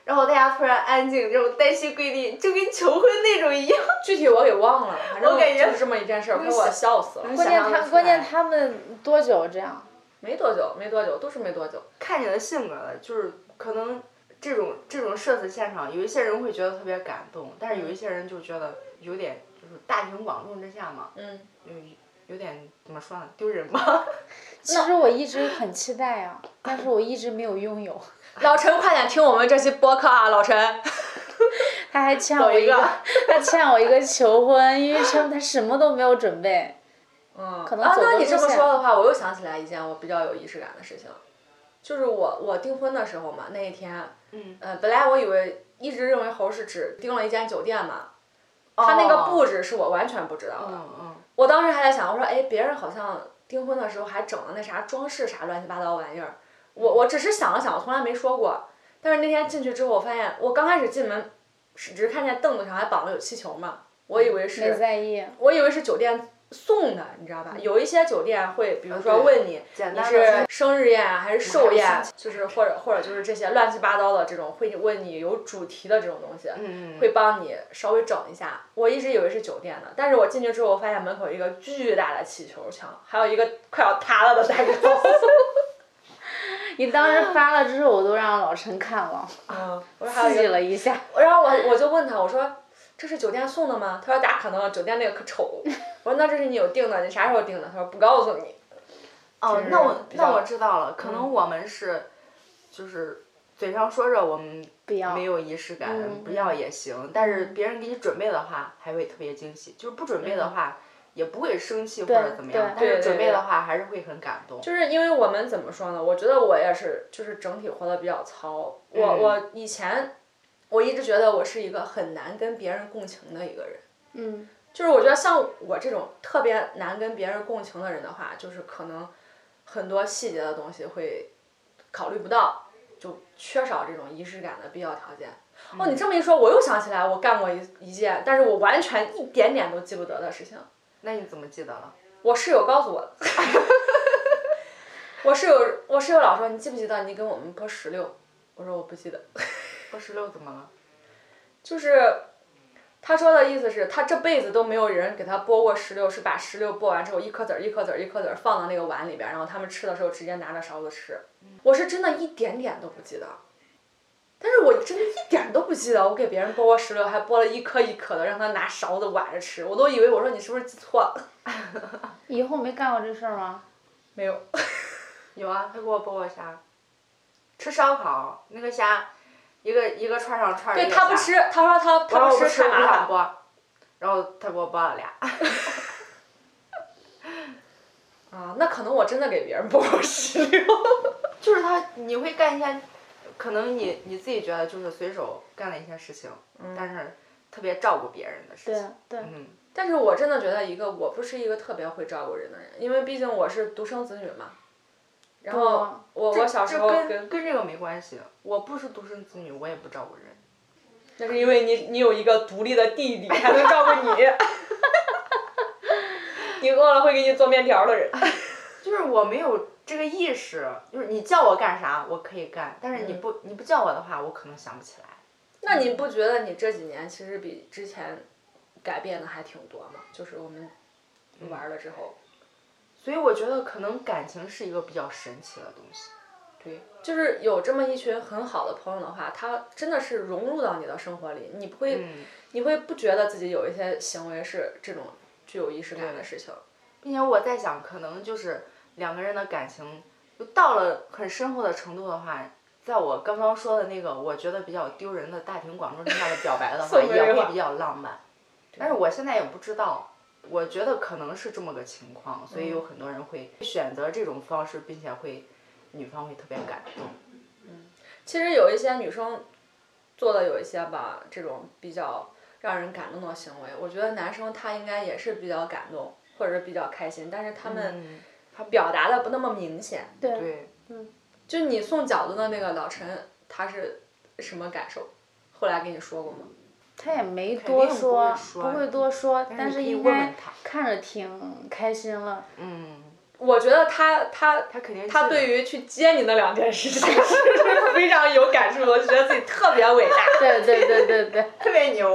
[SPEAKER 3] 然后大家突然安静，这种单膝跪地，就跟求婚那种一样。
[SPEAKER 1] 具体我给忘了，反正
[SPEAKER 3] 我感觉
[SPEAKER 1] 就是这么一件事儿，给我笑死了。
[SPEAKER 2] 关键
[SPEAKER 3] 想象得
[SPEAKER 2] 他
[SPEAKER 3] 出
[SPEAKER 2] 关键
[SPEAKER 3] 来
[SPEAKER 2] 他们多久这样？
[SPEAKER 1] 没多久，没多久，都是没多久。
[SPEAKER 3] 看你的性格了，就是可能这种这种社死现场，有一些人会觉得特别感动，但是有一些人就觉得有点就是大庭广众之下嘛，
[SPEAKER 1] 嗯，
[SPEAKER 3] 有有点怎么说呢，丢人吧。
[SPEAKER 2] 其实我一直很期待 啊，但是我一直没有拥 有。
[SPEAKER 1] 老陈，快点听我们这期播客啊，老陈。
[SPEAKER 2] 他还欠我一
[SPEAKER 1] 走一
[SPEAKER 2] 个
[SPEAKER 1] 个，
[SPEAKER 2] 他欠我一个求婚，因为他他什么都没有准备。
[SPEAKER 1] 嗯，
[SPEAKER 2] 可能
[SPEAKER 1] 啊，
[SPEAKER 2] 走
[SPEAKER 1] 那
[SPEAKER 2] 得
[SPEAKER 1] 你
[SPEAKER 2] 路
[SPEAKER 1] 这么
[SPEAKER 2] 线
[SPEAKER 1] 说的话，我又想起来一件我比较有仪式感的事情，就是我我订婚的时候嘛，那一天，
[SPEAKER 3] 嗯，
[SPEAKER 1] 呃，本来我以为一直认为猴是只订了一间酒店嘛，他那个布置是我完全不知道的。
[SPEAKER 3] 嗯嗯，
[SPEAKER 1] 我当时还在想，我说，哎，别人好像订婚的时候还整了那啥装饰啥乱七八糟玩意儿，我我只是想了想，我从来没说过。但是那天进去之后，我发现我刚开始进门，是只是看见凳子上还绑了有气球嘛，我以为
[SPEAKER 2] 没
[SPEAKER 1] 是
[SPEAKER 2] 在意，
[SPEAKER 1] 我以为是酒店送的，你知道吧？有一些酒店会，比如
[SPEAKER 3] 啊
[SPEAKER 1] 说
[SPEAKER 3] 嗯对
[SPEAKER 1] 问你
[SPEAKER 3] 简
[SPEAKER 1] 你
[SPEAKER 3] 单
[SPEAKER 1] 是
[SPEAKER 3] 的
[SPEAKER 1] 生日宴啊还是寿
[SPEAKER 3] 我还
[SPEAKER 1] 宴
[SPEAKER 3] 有心，
[SPEAKER 1] 就是或者或者就是这些乱七八糟的这种会问你有主题的这种东西，
[SPEAKER 3] 嗯，
[SPEAKER 1] 会帮你稍微整一下。我一直以为是酒店的，但是我进去之后，我发现门口有一个巨大的气球墙，还有一个快要塌了的蛋糕。
[SPEAKER 2] 你当时发了之后，我都让老陈看 了，
[SPEAKER 1] 嗯，我说还 有
[SPEAKER 2] 刺激
[SPEAKER 1] 一个，
[SPEAKER 2] 了一下。
[SPEAKER 1] 然后我我就问他，我说这是酒店送的吗？他说咋可能，酒店那个可丑。我说那这是你有订的，你啥时候订的？他说不告诉你。
[SPEAKER 3] 哦
[SPEAKER 1] 是，
[SPEAKER 3] 那我
[SPEAKER 1] 比较嗯
[SPEAKER 3] 那我知道了，可能我们是，就是嘴上说着我们
[SPEAKER 2] 不要
[SPEAKER 3] 没有仪式感，
[SPEAKER 2] 嗯
[SPEAKER 3] 不要也行，但是
[SPEAKER 1] 嗯
[SPEAKER 3] 别人给你准备的话，还会特别惊喜；就是不准备的话，也不会生气或者怎么样，但
[SPEAKER 2] 对
[SPEAKER 1] 对
[SPEAKER 3] 是准备
[SPEAKER 1] 对
[SPEAKER 3] 的话还是会很感动。
[SPEAKER 1] 就是因为我们怎么说呢？我觉得我也是，就是整体活得比较糙。我、
[SPEAKER 3] 嗯
[SPEAKER 1] 我以前我一直觉得我是一个很难跟别人共情的一个人。
[SPEAKER 2] 嗯，
[SPEAKER 1] 就是我觉得像我这种特别难跟别人共情的人的话，就是可能很多细节的东西会考虑不到，就缺少这种仪式感的必要条件。哦，你这么一说，我又想起来我干过一一件，但是我完全一点点都记不得的事情。
[SPEAKER 3] 那你怎么记得了？
[SPEAKER 1] 我室友告诉我的。 我室友，我室友老说你记不记得你跟我们播石榴？我说我不记得。
[SPEAKER 3] 我十六怎么了？
[SPEAKER 1] 就是他说的意思是，他这辈子都没有人给他剥过石榴，是把石榴剥完之后一颗籽儿一颗籽儿一颗籽儿放到那个碗里边，然后他们吃的时候直接拿着勺子吃。我是真的一点点都不记得，但是我真的一点都不记得，我给别人剥过石榴，还剥了一颗一颗的，让他拿勺子挽着吃，我都以为我说你是不是记错了？
[SPEAKER 2] 以后没干过这事儿吗？
[SPEAKER 1] 没有，
[SPEAKER 3] 有啊，他给我剥过虾，吃烧烤那个虾，一个一个串上串儿
[SPEAKER 1] 对
[SPEAKER 3] 一个
[SPEAKER 1] 他不
[SPEAKER 3] 虾
[SPEAKER 1] 吃，他说他
[SPEAKER 3] 然
[SPEAKER 1] 他不
[SPEAKER 3] 后我不吃，
[SPEAKER 1] 太
[SPEAKER 3] 我不
[SPEAKER 1] 麻
[SPEAKER 3] 想
[SPEAKER 1] 烦。
[SPEAKER 3] 剥，然后他给我剥了俩。
[SPEAKER 1] 啊，那可能我真的给别人剥过石榴。
[SPEAKER 3] 就是他，你会干一些，可能你你自己觉得就是随手干了一些事情，
[SPEAKER 1] 嗯
[SPEAKER 3] 但是特别照顾别人的事
[SPEAKER 2] 对
[SPEAKER 1] 啊
[SPEAKER 3] 情。
[SPEAKER 2] 对，
[SPEAKER 3] 嗯，
[SPEAKER 1] 但是我真的觉得一个我不是一个特别会照顾人的人，因为毕竟我是独生子女嘛。然后
[SPEAKER 2] 不
[SPEAKER 1] 我我小时候
[SPEAKER 3] 这
[SPEAKER 1] 哦跟
[SPEAKER 3] 跟跟这个没关系。我不是独生子女，我也不照顾人。
[SPEAKER 1] 那是因为你你有一个独立的弟弟才能照顾你， 你饿了会给你做面条的人。
[SPEAKER 3] 就是我没有这个意识，就是你叫我干啥，我可以干，但是你不、你不叫我的话，我可能想不起来。
[SPEAKER 1] 那你不觉得你这几年其实比之前改变的还挺多吗？就是我们玩了之后，
[SPEAKER 3] 所以我觉得可能感情是一个比较神奇的东西。
[SPEAKER 1] 对，就是有这么一群很好的朋友的话，他真的是融入到你的生活里，你不会、
[SPEAKER 3] 嗯，
[SPEAKER 1] 你会不觉得自己有一些行为是这种具有仪式感的事情？
[SPEAKER 3] 并且我在想，可能就是两个人的感情就到了很深厚的程度的话，在我刚刚说的那个我觉得比较丢人的大庭广众之下的表白 的话，
[SPEAKER 1] 送别
[SPEAKER 3] 也
[SPEAKER 1] 人
[SPEAKER 3] 会
[SPEAKER 1] 了
[SPEAKER 3] 比较浪漫。但是我现在也不知道，我觉得可能是这么个情况，所以有很多人会选择这种方式，并且会女方会特别感动。
[SPEAKER 1] 其实有一些女生做的有一些吧，这种比较让人感动的行为，我觉得男生他应该也是比较感动或者是比较开心，但是他们
[SPEAKER 3] 嗯，
[SPEAKER 1] 表达的不那么明显。
[SPEAKER 2] 对
[SPEAKER 3] 对，
[SPEAKER 1] 就你送饺子的那个老陈，他是什么感受？后来跟你说过吗？
[SPEAKER 2] 他也没
[SPEAKER 3] 肯
[SPEAKER 2] 多
[SPEAKER 3] 定不会
[SPEAKER 2] 说，
[SPEAKER 3] 说
[SPEAKER 2] 会多说，
[SPEAKER 3] 但
[SPEAKER 2] 但
[SPEAKER 3] 是
[SPEAKER 2] 是
[SPEAKER 3] 你可以
[SPEAKER 2] 应
[SPEAKER 3] 问
[SPEAKER 2] 该
[SPEAKER 3] 问他
[SPEAKER 2] 看着挺开心了。
[SPEAKER 3] 嗯，
[SPEAKER 1] 我觉得他他
[SPEAKER 3] 他肯定
[SPEAKER 1] 他
[SPEAKER 3] 记得
[SPEAKER 1] 对于去接你那两件 事情是非常有感触的，我就觉得自己特别伟大。
[SPEAKER 2] 对对对对对，
[SPEAKER 3] 特别 牛。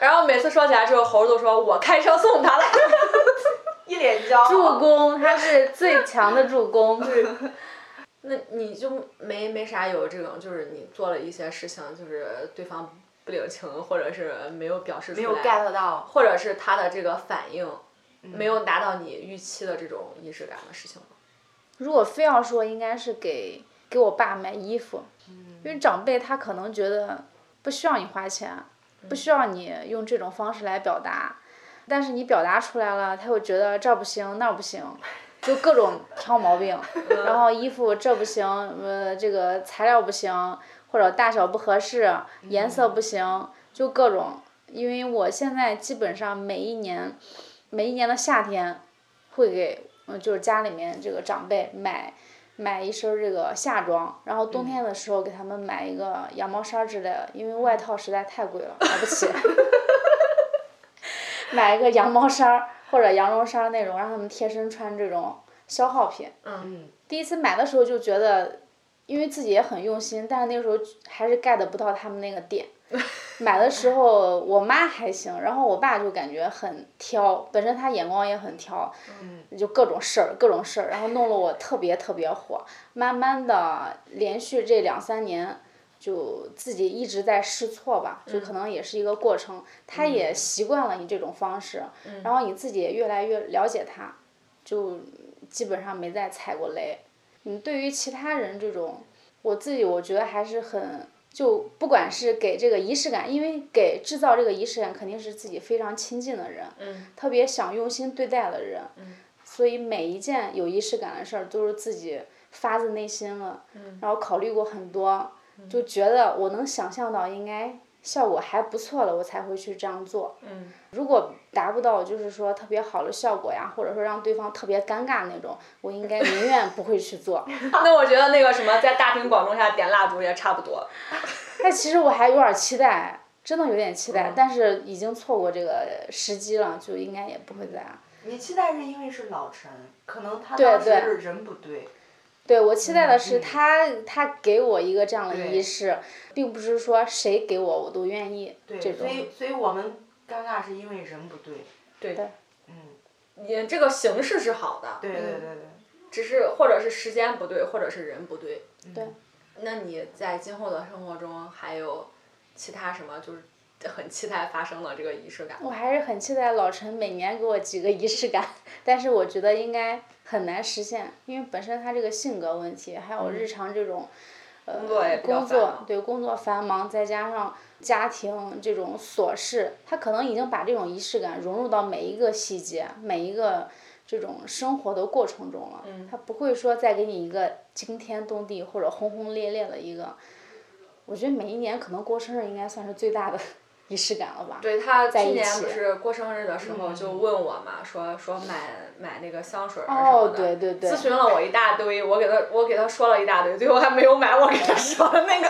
[SPEAKER 1] 然后每次说起来之后，猴子都说我开车送他了。
[SPEAKER 3] 一脸骄 傲。
[SPEAKER 2] 助攻他是最强的助攻。
[SPEAKER 1] 那你就没没啥有这种，就是你做了一些事情，就是对方不领情，或者是没有表示出来，
[SPEAKER 3] 没有 get 到，
[SPEAKER 1] 或者是他的这个反应
[SPEAKER 3] 嗯
[SPEAKER 1] 没有达到你预期的这种仪式感的事情吗？
[SPEAKER 2] 如果非要说，应该是给给我爸买衣服，因为长辈他可能觉得不需要你花钱，不需要你用这种方式来表达，但是你表达出来了，他又觉得这儿不行那儿不行，就各种挑毛病，然后衣服这不行，呃，这个材料不行，或者大小不合适，颜色不行，就各种。因为我现在基本上每一年，每一年的夏天，会给嗯就是家里面这个长辈买买一身儿这个夏装，然后冬天的时候给他们买一个羊毛衫儿之类的，因为外套实在太贵了，买不起。 买一个羊毛衫儿或者羊绒衫儿那种，让他们贴身穿这种消耗品。
[SPEAKER 3] 嗯，
[SPEAKER 2] 第一次买的时候就觉得，因为自己也很用心，但是那时候还是 get 不到他们那个点。买的时候我妈还行，然后我爸就感觉很挑，本身他眼光也很挑，就各种事儿各种事儿，然后弄得我特别特别火。慢慢的，连续这两三年。就自己一直在试错吧，就可能也是一个过程。他也习惯了你这种方式，然后你自己也越来越了解他，就基本上没再踩过雷。嗯，对于其他人这种，我自己我觉得还是很，就不管是给这个仪式感，因为给制造这个仪式感肯定是自己非常亲近的人，
[SPEAKER 1] 嗯，
[SPEAKER 2] 特别想用心对待的人，嗯，所以每一件有仪式感的事儿都是自己发自内心了，嗯，然后考虑过很多，就觉得我能想象到应该效果还不错了，我才会去这样做，嗯，如果达不到就是说特别好的效果呀，或者说让对方特别尴尬那种，我应该宁愿不会去 做。
[SPEAKER 1] 那我觉得那个什么，在大庭广众下点蜡烛也差不多。
[SPEAKER 2] 但其实我还有点期待，真的有点期待，但是已经错过这个时机了，就应该也不会再了。
[SPEAKER 3] 你期待是因为是老陈，可能他当时
[SPEAKER 2] 对
[SPEAKER 3] 是人不对，
[SPEAKER 2] 对我期待的
[SPEAKER 3] 嗯
[SPEAKER 2] 是
[SPEAKER 3] 嗯
[SPEAKER 2] 他，他给我一个这样的
[SPEAKER 3] 对
[SPEAKER 2] 仪式，并不是说谁给我我都愿意这
[SPEAKER 3] 所
[SPEAKER 2] 种。
[SPEAKER 3] 以所以我们尴尬是因为人不对。
[SPEAKER 1] 对
[SPEAKER 2] 对
[SPEAKER 3] 嗯，
[SPEAKER 1] 你这个形式是好的，嗯
[SPEAKER 3] 对对对对，
[SPEAKER 1] 只是或者是时间不对，或者是人不对。
[SPEAKER 2] 对
[SPEAKER 1] 那你在今后的生活中还有其他什么就是很期待发生的这个仪式感吗？
[SPEAKER 2] 我还是很期待老陈每年给我几个仪式感， 但是我觉得应该很难实现，因为本身他这个性格问题，还有日常这种，呃，工
[SPEAKER 1] 嗯作也比较繁忙
[SPEAKER 2] 对工作繁忙，再加上家庭这种琐事，他可能已经把这种仪式感融入到每一个细节，每一个。这种生活的过程中了，
[SPEAKER 1] 嗯
[SPEAKER 2] 他不会说再给你一个惊天动地或者轰轰烈烈的一个，我觉得每一年可能过生日应该算是最大的 仪式感了吧。
[SPEAKER 1] 对他去
[SPEAKER 2] 一
[SPEAKER 1] 年
[SPEAKER 2] 起
[SPEAKER 1] 不是过生日的时候
[SPEAKER 2] 嗯
[SPEAKER 1] 就问我嘛，说说买买那个香水儿啊什么
[SPEAKER 2] 哦
[SPEAKER 1] 的，
[SPEAKER 2] 对对对
[SPEAKER 1] 咨询了我一大堆，我给他我给他说了一大堆，最后还没有买我给他说的 那个。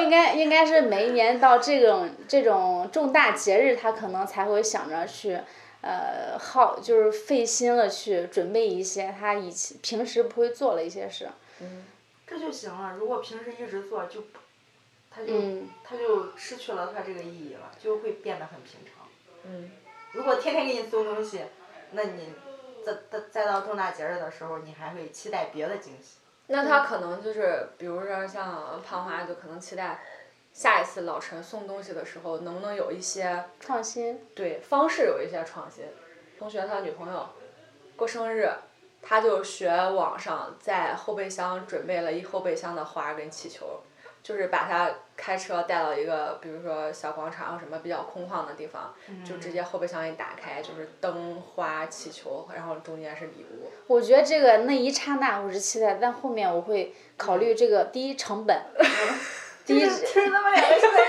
[SPEAKER 2] 应该应该是每一年到这种这种重大节日，他可能才会想着去，呃，耗就是费心了去准备一些他以前平时不会做的一些事。
[SPEAKER 1] 嗯
[SPEAKER 3] 这就行了。如果平时一直做，就不他就、
[SPEAKER 2] 嗯
[SPEAKER 3] 他就失去了他这个意义了，就会变得很平常。
[SPEAKER 1] 嗯，
[SPEAKER 3] 如果天天给你送东西，那你再再再到重大节日的时候，你还会期待别的惊喜。
[SPEAKER 1] 那他可能就是，比如说像胖花，就可能期待下一次老陈送东西的时候，能不能有一些
[SPEAKER 2] 创新，
[SPEAKER 1] 对方式有一些创新。同学他女朋友过生日，他就学网上在后备箱准备了一后备箱的花跟气球，就是把他开车带到一个比如说小广场什么比较空旷的地方，就直接后备箱一打开就是灯花气球，然后中间是礼物。
[SPEAKER 2] 我觉得这个那一刹那我是期待，但后面我会考虑这个第一成本，第一
[SPEAKER 3] 就是他们两个现在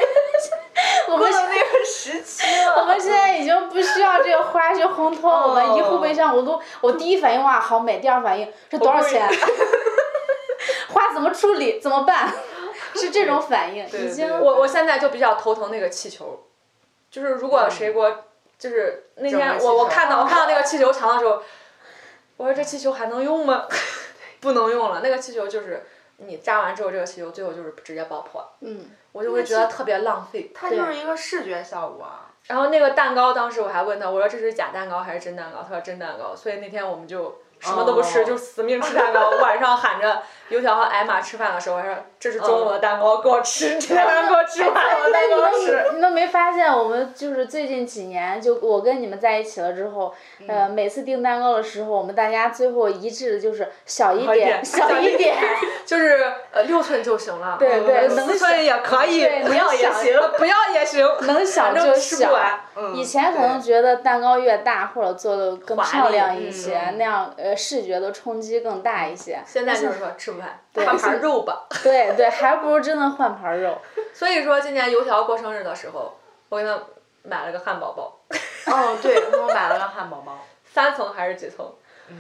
[SPEAKER 2] 我
[SPEAKER 3] 过
[SPEAKER 2] 们
[SPEAKER 3] 了那个时期 了。
[SPEAKER 2] 我们现在已经不需要这个花去烘托我们，一
[SPEAKER 1] 哦
[SPEAKER 2] 后 备箱我都我第一反应哇好美，第二反应这多少钱？花怎么处理？怎么办？ 是这种反应，已经
[SPEAKER 1] 我我现在就比较头疼那个气球，就是如果谁给我，就是嗯那天
[SPEAKER 3] 整个气球
[SPEAKER 1] 我我看到我看到那个气球墙的时候，我说这气球还能用吗？ 不能用了，那个气球就是你扎完之后，这个气球最后就是直接爆破，
[SPEAKER 2] 嗯，
[SPEAKER 1] 我就会觉得特别浪费。
[SPEAKER 3] 它就是一个视觉效果啊。
[SPEAKER 1] 然嗯后那个蛋糕，当时我还问他，我说这是假蛋糕还是真蛋糕？他说真蛋糕。所以那天我们就什么都不吃，
[SPEAKER 3] 哦
[SPEAKER 1] 就死命吃蛋糕。 晚上喊着油条和艾玛吃饭的时候，我还说这是中午的蛋糕，给我吃，今天晚上给我吃晚了蛋糕吃。
[SPEAKER 2] 哎你们没发现我们就是最近几年，就我跟你们在一起了之后，
[SPEAKER 1] 嗯
[SPEAKER 2] 呃，每次订蛋糕的时候，我们大家最后一致的就是小一
[SPEAKER 1] 小一
[SPEAKER 2] 点，
[SPEAKER 1] 点
[SPEAKER 2] 小 一点，
[SPEAKER 1] 就是呃六寸就行了，呃
[SPEAKER 2] 对对能
[SPEAKER 1] 四寸也可以
[SPEAKER 2] 对，
[SPEAKER 1] 不要也
[SPEAKER 2] 能想
[SPEAKER 1] 行，不要也行，
[SPEAKER 2] 能小
[SPEAKER 1] 反
[SPEAKER 2] 就
[SPEAKER 1] 正吃
[SPEAKER 2] 小
[SPEAKER 1] 不。完。
[SPEAKER 3] 嗯
[SPEAKER 2] 以前可能觉得蛋糕越大，或者做的更
[SPEAKER 1] 华丽
[SPEAKER 2] 漂亮一些，
[SPEAKER 3] 嗯
[SPEAKER 2] 那样呃视觉的冲击更大一些。
[SPEAKER 1] 现在就是说吃不完，换盘肉吧。
[SPEAKER 2] 对对，还不如真的换 盘肉。
[SPEAKER 1] 所以说今年油条过生日的时候，我给他买了个汉堡包，
[SPEAKER 3] 哦，对，我买了个汉堡 包。
[SPEAKER 1] 三层还是几层？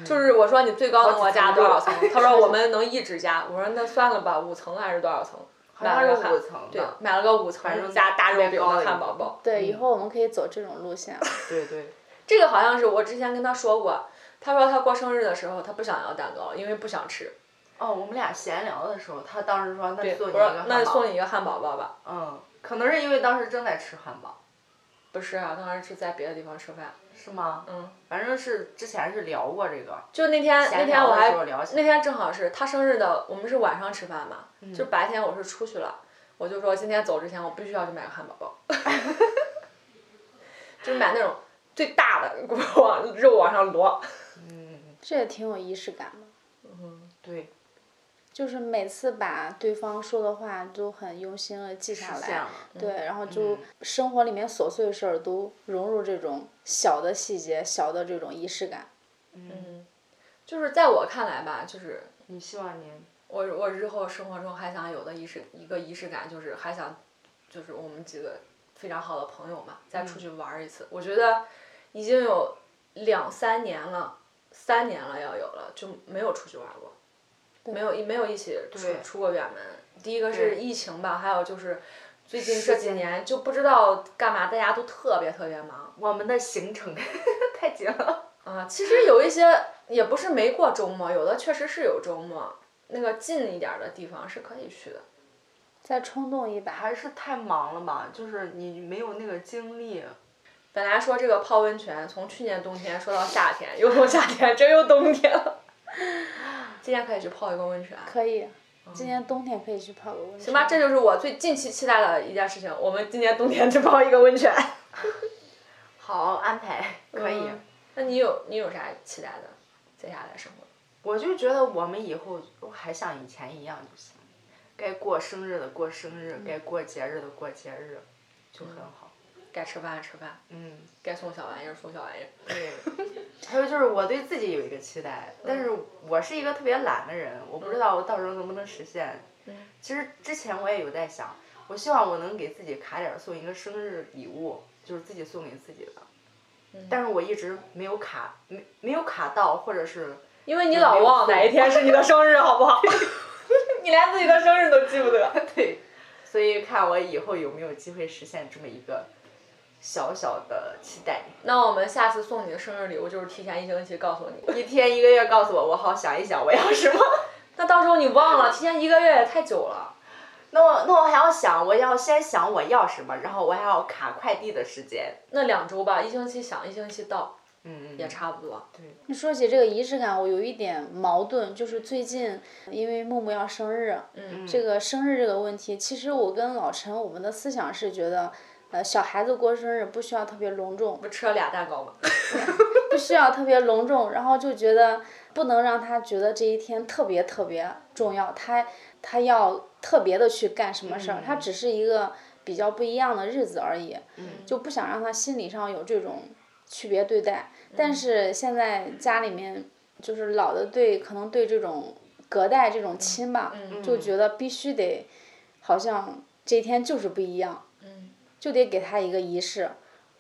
[SPEAKER 1] 就是我说你最高能给我加多少层
[SPEAKER 3] 好几？层
[SPEAKER 1] 他说我们能一直加。我说那算了吧，五层还是多少层？
[SPEAKER 3] 它
[SPEAKER 1] 买
[SPEAKER 3] 是
[SPEAKER 1] 了个汉
[SPEAKER 3] 五层
[SPEAKER 1] 对
[SPEAKER 3] 的，，
[SPEAKER 1] 买了个五层加大肉饼的汉堡包。
[SPEAKER 2] 对，以后我们可以走这种路线。
[SPEAKER 3] 对对，
[SPEAKER 1] 这个好像是我之前跟他说过，他说他过生日的时候他不想要蛋糕，因为不想吃。
[SPEAKER 3] 哦，我们俩闲聊的时候，他当时说那
[SPEAKER 1] 对，
[SPEAKER 3] 送
[SPEAKER 1] 我
[SPEAKER 3] 你一个
[SPEAKER 1] 说
[SPEAKER 3] 汉堡，
[SPEAKER 1] 那送你一个汉堡包吧。
[SPEAKER 3] 嗯，可能是因为当时正在吃汉堡，
[SPEAKER 1] 不是啊，当时是在别的地方吃饭。
[SPEAKER 3] 是吗？
[SPEAKER 1] 嗯，
[SPEAKER 3] 反正是之前是聊过这个，
[SPEAKER 1] 就那天那
[SPEAKER 3] 闲
[SPEAKER 1] 天
[SPEAKER 3] 聊
[SPEAKER 1] 我
[SPEAKER 3] 的
[SPEAKER 1] 还
[SPEAKER 3] 时候聊起
[SPEAKER 1] 那天正好是他生日的，我们是晚上吃饭嘛，
[SPEAKER 3] 嗯
[SPEAKER 1] 就白天我是出去了，我就说今天走之前我必须要去买个汉堡 包，就是买那种最大的， 给我往肉往上摞。
[SPEAKER 2] 这也挺有仪式感的，
[SPEAKER 1] 嗯
[SPEAKER 3] 对，
[SPEAKER 2] 就是每次把对方说的话都很用心的记下
[SPEAKER 3] 是这
[SPEAKER 2] 来
[SPEAKER 3] 样。
[SPEAKER 1] 嗯
[SPEAKER 3] 的。
[SPEAKER 2] 对，然后就生活里面琐碎的事儿都融入这种小的细节、小的这种仪式感。
[SPEAKER 1] 嗯，就是在我看来吧，就是
[SPEAKER 3] 你希望您
[SPEAKER 1] 我我日后生活中还想有的仪式一个仪式感，就是还想就是我们几个非常好的朋友嘛，再
[SPEAKER 3] 嗯
[SPEAKER 1] 出去玩儿一次。我觉得已经有两三年了，三年了要有了，就没有出去玩儿过，没有一没有一起出
[SPEAKER 3] 对
[SPEAKER 1] 出过远门。第一个是
[SPEAKER 3] 对
[SPEAKER 1] 疫情吧，还有就是最近
[SPEAKER 3] 是
[SPEAKER 1] 这几年就不知道干嘛，大家都特别特别忙
[SPEAKER 3] 我们的行程 太紧了。
[SPEAKER 1] 啊。其实有一些也不是没过周末，有的确实是有周末。那个近一点儿的地方是可以去的，
[SPEAKER 2] 再冲动一把，
[SPEAKER 3] 还是太忙了吧，就是你没有那个精力。
[SPEAKER 1] 本来说这个泡温泉，从去年冬天说到夏天，又从夏天这又冬天了。今年可以去泡一个温泉，
[SPEAKER 2] 可以。今年冬天可以去泡个温泉。
[SPEAKER 1] 嗯行吧？这就是我最近期期待的一件事情。我们今年冬天去泡一个温泉，
[SPEAKER 3] 好，安排可以。
[SPEAKER 1] 嗯那你有你有啥期待的？接下来生活？
[SPEAKER 3] 我就觉得我们以后还像以前一样就行，该过生日的过生日，
[SPEAKER 1] 嗯
[SPEAKER 3] 该过节日的过节日，就很好。
[SPEAKER 1] 该吃饭吃饭，
[SPEAKER 3] 嗯，
[SPEAKER 1] 该送小玩意儿送小玩意儿。
[SPEAKER 3] 对。 还有就是我对自己有一个期待，但是我是一个特别懒的人，我不知道我到时候能不能实现。
[SPEAKER 1] 嗯
[SPEAKER 3] 其实之前我也有在想，我希望我能给自己卡点儿送一个生日礼物，就是自己送给自己的。
[SPEAKER 1] 嗯
[SPEAKER 3] 但是我一直没有卡，没没有卡到，或者是
[SPEAKER 1] 因为你老忘哪一天是你的生日，好不好？你连自己的生日都记不得。
[SPEAKER 3] 对，所以看我以后有没有机会实现这么一个小小的期待。
[SPEAKER 1] 那我们下次送你的生日礼物就是提前一星期告诉你。
[SPEAKER 3] 一天一个月告诉我，我好想一想我要什么。
[SPEAKER 1] 那到时候你忘了，提前一个月也太久了。
[SPEAKER 3] 那我那我还要想，我要先想我要什么，然后我还要卡快递的时间。
[SPEAKER 1] 那两周吧，一星期想，一星期到，
[SPEAKER 3] 嗯
[SPEAKER 1] 也差不多。
[SPEAKER 2] 你说起这个仪式感，我有一点矛盾，就是最近因为木木要生日，啊
[SPEAKER 1] 嗯
[SPEAKER 2] 这个生日这个问题，其实我跟老陈我们的思想是觉得，呃，小孩子过生日不需要特别隆重，
[SPEAKER 1] 不吃了俩蛋糕吗？
[SPEAKER 2] 不需要特别隆重，然后就觉得不能让他觉得这一天特别特别重要，他他要特别的去干什么事儿，他只是一个比较不一样的日子而已，就不想让他心理上有这种区别对待。但是现在家里面就是老的对，可能对这种隔代这种亲吧，就觉得必须得，好像这一天就是不一样，就得给他一个仪式。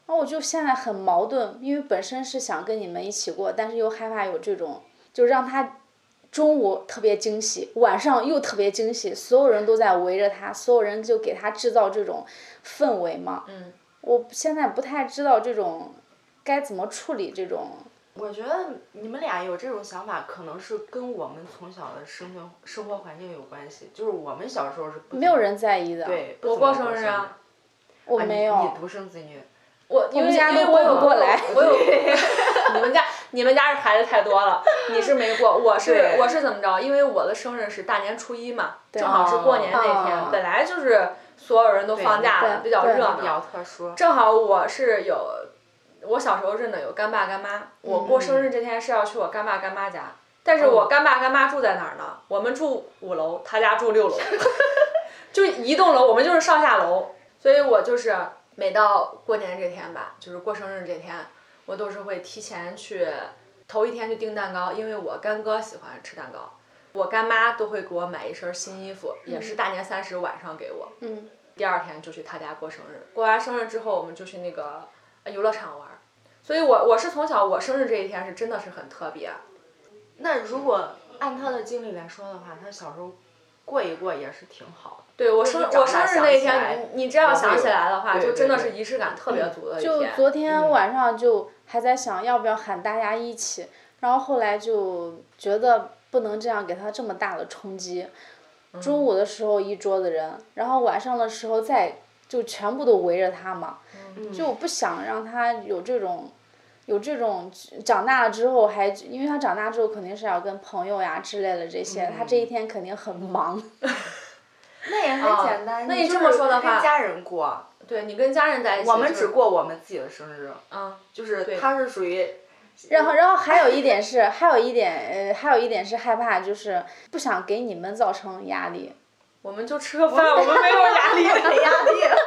[SPEAKER 2] 然后我就现在很矛盾，因为本身是想跟你们一起过，但是又害怕有这种，就让他中午特别惊喜，晚上又特别惊喜，所有人都在围着他，所有人就给他制造这种氛围嘛。
[SPEAKER 1] 嗯，
[SPEAKER 2] 我现在不太知道这种该怎么处理这种。
[SPEAKER 3] 我觉得你们俩有这种想法，可能是跟我们从小的生存生活环境有关系。就是我们小时候是不
[SPEAKER 2] 没有人在意的。
[SPEAKER 3] 对，
[SPEAKER 1] 我过生日啊，
[SPEAKER 2] 我
[SPEAKER 3] 啊你
[SPEAKER 2] 没有。
[SPEAKER 3] 你独生子女，
[SPEAKER 1] 我 因为
[SPEAKER 2] 家
[SPEAKER 1] 因为
[SPEAKER 2] 都
[SPEAKER 1] 我
[SPEAKER 2] 过
[SPEAKER 1] 有
[SPEAKER 2] 不过来
[SPEAKER 1] 我有 你们家你们家是孩子太多 了，你是没过，我是
[SPEAKER 3] 对
[SPEAKER 1] 我是怎么着？因为我的生日是大年初一嘛，正好是
[SPEAKER 3] 哦
[SPEAKER 1] 过年那天
[SPEAKER 2] 哦，
[SPEAKER 1] 本来就是所有人都放假了，
[SPEAKER 2] 对
[SPEAKER 1] 比较
[SPEAKER 2] 对
[SPEAKER 1] 热
[SPEAKER 3] 比
[SPEAKER 1] 闹
[SPEAKER 3] 较。特殊。
[SPEAKER 1] 正好我是有，我小时候认的有干爸干妈，我过生日这天是要去我干爸干妈家，但是我干爸干妈住在哪儿呢？我们住五楼，他家住六楼， 就一栋楼，我们就是上下楼，所以我就是每到过年这天吧，就是过生日这天，我都是会提前去，头一天去订蛋糕，因为我干哥喜欢吃蛋糕。我干妈都会给我买一身新衣服，也是大年三十晚上给我。
[SPEAKER 2] 嗯
[SPEAKER 1] 第二天就去他家过生日。过完生日之后，我们就去那个呃游乐场玩儿。所以我我是从小我生日这一天是真的是很特别。
[SPEAKER 3] 那如果按他的经历来说的话，他小时候过一过也是挺好的。
[SPEAKER 1] 对我生
[SPEAKER 3] 是
[SPEAKER 1] 我生日那一
[SPEAKER 3] 长大想起来
[SPEAKER 1] 天，你你只要想起来的话，
[SPEAKER 3] 也会有
[SPEAKER 1] 就真的
[SPEAKER 3] 对
[SPEAKER 1] 是
[SPEAKER 3] 对对
[SPEAKER 1] 仪式感特别足的一
[SPEAKER 2] 嗯就
[SPEAKER 1] 天。
[SPEAKER 2] 昨天晚上就还在想要不要喊大家一起，然后后来就觉得不能这样给他这么大的冲击。中午的时候一桌子人，然后晚上的时候再就全部都围着他嘛，就我不想让他有这种。有这种长大了之后还，因为他长大之后肯定是要跟朋友呀之类的这些，他这一天肯定很忙。
[SPEAKER 3] 那也很简单。
[SPEAKER 1] 啊那
[SPEAKER 3] 你
[SPEAKER 1] 你这
[SPEAKER 3] 就是
[SPEAKER 1] 么说的话
[SPEAKER 3] 跟家人过，
[SPEAKER 1] 对你跟家人在一起，
[SPEAKER 3] 我们只过我们自己的生日，
[SPEAKER 1] 嗯，
[SPEAKER 3] 就是他是属于
[SPEAKER 2] 然后，然后还有一点是，还有一点，呃，还有一点是害怕，就是不想给你们造成压力。
[SPEAKER 1] 我们就吃个饭，我们没有压力。
[SPEAKER 3] 没压 力。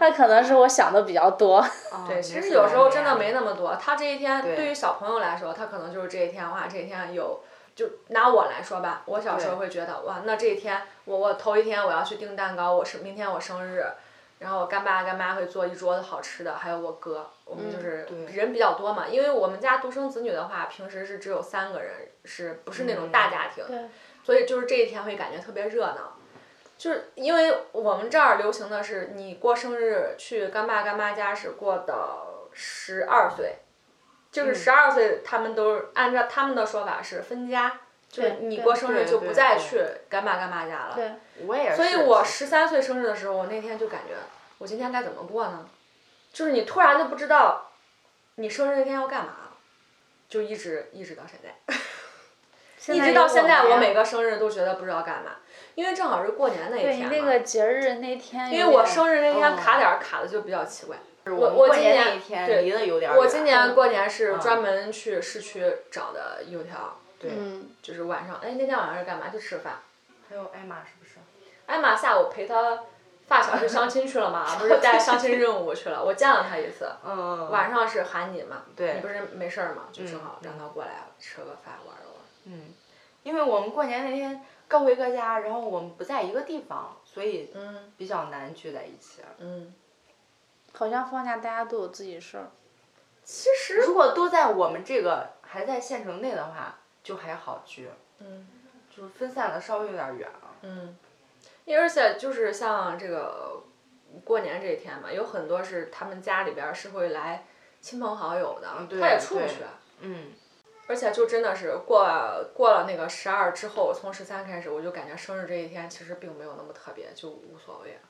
[SPEAKER 2] 那可能是我想的比较多。
[SPEAKER 3] 对，
[SPEAKER 1] 其实有时候真的没
[SPEAKER 3] 么
[SPEAKER 1] 那么多。他这一天对于小朋友来说，他可能就是这一天哇，这一天有。就拿我来说吧，我小时候会觉得哇，那这一天我我头一天我要去订蛋糕，我是明天我生日，然后我干爸干妈会做一桌子好吃的，还有我哥，我们就是
[SPEAKER 3] 对
[SPEAKER 1] 人比较多嘛，因为我们家独生子女的话，平时是只有三个人，是不是那种大家庭？所以就是这一天会感觉特别热闹。就是因为我们这儿流行的是，你过生日去干爸干妈家是过到十二岁，
[SPEAKER 2] 嗯
[SPEAKER 1] 就是十二岁，他们都是按照他们的说法是分家，就是
[SPEAKER 2] 对
[SPEAKER 1] 你
[SPEAKER 2] 对
[SPEAKER 1] 过生日
[SPEAKER 3] 对
[SPEAKER 1] 就
[SPEAKER 3] 对
[SPEAKER 1] 不再
[SPEAKER 3] 对
[SPEAKER 1] 去干爸干妈家了。
[SPEAKER 2] 对，
[SPEAKER 3] 我也是。所
[SPEAKER 1] 所以我十三岁生日的时候，我那天就感觉我今天该怎么过呢？就是你突然就不知道你生日那天要干嘛了，就一直一直到现在。
[SPEAKER 2] 哎一
[SPEAKER 1] 直到现在，我每个生日都觉得不知道干嘛，因为正好是过年那一
[SPEAKER 2] 对
[SPEAKER 1] 天
[SPEAKER 2] 你
[SPEAKER 1] 嘛。
[SPEAKER 2] 那个节日那天，因
[SPEAKER 1] 因为我生日那天
[SPEAKER 3] 哦
[SPEAKER 1] 卡点儿卡的就比较奇怪。
[SPEAKER 3] 我
[SPEAKER 1] 我
[SPEAKER 3] 过
[SPEAKER 1] 今
[SPEAKER 3] 年
[SPEAKER 1] 年
[SPEAKER 3] 那一天
[SPEAKER 1] 对
[SPEAKER 3] 离得有点
[SPEAKER 1] 我
[SPEAKER 3] 远
[SPEAKER 1] 今年过年是
[SPEAKER 3] 嗯
[SPEAKER 1] 专门去市区找的油条，
[SPEAKER 3] 对，
[SPEAKER 2] 嗯，
[SPEAKER 1] 就是晚上，哎，那天晚上是干嘛？去吃饭。
[SPEAKER 3] 还有艾玛是不是？
[SPEAKER 1] 艾玛下午陪她发小去相亲去了嘛， 不是带相亲任务去了。我见了她一次，
[SPEAKER 3] 嗯，
[SPEAKER 1] 晚上是喊你嘛，
[SPEAKER 3] 对
[SPEAKER 1] 你不是没事儿嘛，就正好
[SPEAKER 3] 嗯
[SPEAKER 1] 让她过来吃个饭玩儿玩儿。
[SPEAKER 3] 嗯，因为我们过年那天各回各家，然后我们不在一个地方，所以
[SPEAKER 1] 嗯
[SPEAKER 3] 比较难聚在一起。
[SPEAKER 1] 嗯，
[SPEAKER 2] 好像放假大家都有自己事儿。
[SPEAKER 1] 其实
[SPEAKER 3] 如果都在我们这个还在县城内的话，就还好聚，
[SPEAKER 1] 嗯。
[SPEAKER 3] 就是分散的稍微有点远啊了。
[SPEAKER 1] 嗯，因为而且就是像这个过年这一天嘛，有很多是他们家里边儿是会来亲朋好友的，
[SPEAKER 3] 啊对
[SPEAKER 1] 他也出不
[SPEAKER 3] 对
[SPEAKER 1] 去，
[SPEAKER 3] 嗯，
[SPEAKER 1] 而且就真的是过过了那个十二之后，从十三开始，我就感觉生日这一天其实并没有那么特别，就无所谓了。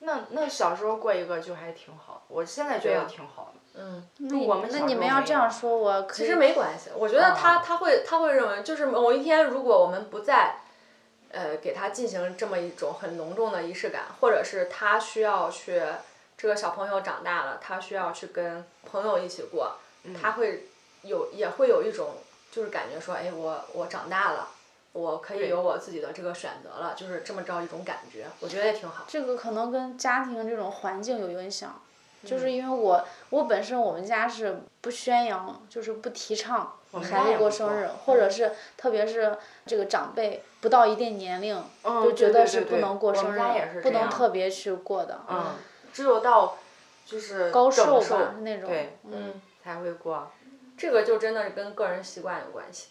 [SPEAKER 3] 那那小时候过一个就还挺好，我现在觉
[SPEAKER 1] 对
[SPEAKER 3] 得
[SPEAKER 1] 啊
[SPEAKER 3] 挺好的。
[SPEAKER 1] 嗯，
[SPEAKER 2] 那
[SPEAKER 3] 我们
[SPEAKER 2] 那
[SPEAKER 3] 小
[SPEAKER 2] 你
[SPEAKER 3] 时候
[SPEAKER 2] 们要
[SPEAKER 3] 没
[SPEAKER 2] 这
[SPEAKER 3] 有
[SPEAKER 2] 样说，我可
[SPEAKER 1] 其
[SPEAKER 2] 以
[SPEAKER 1] 实没关系，我觉得他他会他会认为，就是某一天如果我们不再，呃，给他进行这么一种很隆重的仪式感，或者是他需要去这个小朋友长大了，他需要去跟朋友一起过，他会有也会有一种就是感觉说，哎，我我长大了，我可以有我自己的这个选择了，就是这么着一种感觉，我觉得也挺好。
[SPEAKER 2] 这个可能跟家庭这种环境有影响，
[SPEAKER 3] 嗯
[SPEAKER 2] 就是因为我我本身我们家是不宣扬，就是不提倡
[SPEAKER 3] 们
[SPEAKER 2] 孩
[SPEAKER 3] 哦家也
[SPEAKER 2] 子过
[SPEAKER 3] 不嗯
[SPEAKER 2] 生日
[SPEAKER 3] 过，
[SPEAKER 2] 或者是特别是这个长辈不到一定年龄，就觉
[SPEAKER 3] 哦对
[SPEAKER 2] 得
[SPEAKER 3] 对
[SPEAKER 2] 是
[SPEAKER 3] 对
[SPEAKER 2] 不
[SPEAKER 3] 对
[SPEAKER 2] 能过
[SPEAKER 3] 我
[SPEAKER 2] 生
[SPEAKER 3] 们
[SPEAKER 2] 日
[SPEAKER 3] 家也是，
[SPEAKER 2] 不
[SPEAKER 3] 这
[SPEAKER 2] 能
[SPEAKER 3] 样
[SPEAKER 2] 特别去过的。
[SPEAKER 3] 嗯，只有到就是
[SPEAKER 2] 高
[SPEAKER 3] 整
[SPEAKER 2] 寿
[SPEAKER 3] 寿
[SPEAKER 2] 吧那种
[SPEAKER 3] 对，
[SPEAKER 2] 嗯
[SPEAKER 3] 才会过。
[SPEAKER 1] 这个就真的是跟个人习惯有关系。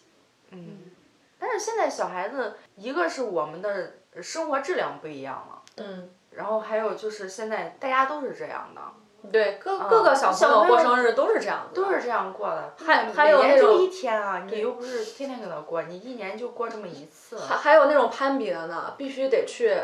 [SPEAKER 3] 嗯，但是现在小孩子，一个是我们的生活质量不一样了，
[SPEAKER 1] 嗯，
[SPEAKER 3] 然后还有就是现在大家都是这样的，
[SPEAKER 1] 对，各各个小朋友过生日都是这样子的，
[SPEAKER 3] 都是这样过的。
[SPEAKER 1] 还
[SPEAKER 3] 每
[SPEAKER 1] 还有
[SPEAKER 3] 年
[SPEAKER 1] 那
[SPEAKER 3] 就
[SPEAKER 1] 种
[SPEAKER 3] 一天啊，你又不是天天跟他过，你一年就过这么一次。
[SPEAKER 1] 还还有那种攀比的呢，必须得去。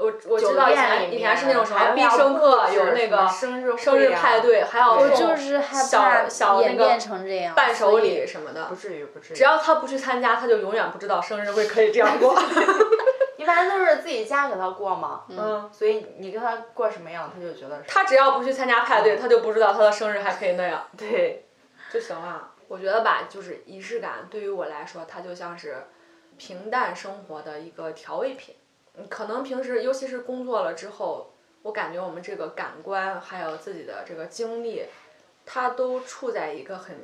[SPEAKER 1] 我我知道以
[SPEAKER 3] 酒店
[SPEAKER 1] 前
[SPEAKER 3] 里
[SPEAKER 1] 以前是那
[SPEAKER 3] 面
[SPEAKER 1] 种什
[SPEAKER 3] 还
[SPEAKER 1] 么
[SPEAKER 3] 有
[SPEAKER 1] 必
[SPEAKER 3] 要
[SPEAKER 1] 胜客
[SPEAKER 3] 布
[SPEAKER 1] 有
[SPEAKER 3] 置
[SPEAKER 1] 那
[SPEAKER 3] 什么
[SPEAKER 1] 个
[SPEAKER 3] 生日
[SPEAKER 1] 生日
[SPEAKER 3] 会啊
[SPEAKER 1] 派对，还有这
[SPEAKER 3] 我
[SPEAKER 1] 种
[SPEAKER 2] 就是害
[SPEAKER 1] 小
[SPEAKER 2] 怕
[SPEAKER 1] 小
[SPEAKER 2] 演
[SPEAKER 1] 那
[SPEAKER 2] 变
[SPEAKER 1] 个
[SPEAKER 2] 成这样，
[SPEAKER 1] 伴手
[SPEAKER 2] 所以
[SPEAKER 1] 礼什么的
[SPEAKER 3] 不。至于，不至于。
[SPEAKER 1] 只要他不去参加，他就永远不知道生日会可以这样 过。
[SPEAKER 3] 一般都是自己家给他过嘛，
[SPEAKER 1] 嗯，
[SPEAKER 3] 所以你跟他过什么样，他就觉得是
[SPEAKER 1] 他只要不去参加派对，他就不知道他的生日还可以那样
[SPEAKER 3] 嗯对。
[SPEAKER 1] 就行了。啊我觉得吧，就是仪式感对于我来说，它就像是平淡生活的一个调味品。嗯可能平时，尤其是工作了之后，我感觉我们这个感官还有自己的这个精力，它都处在一个很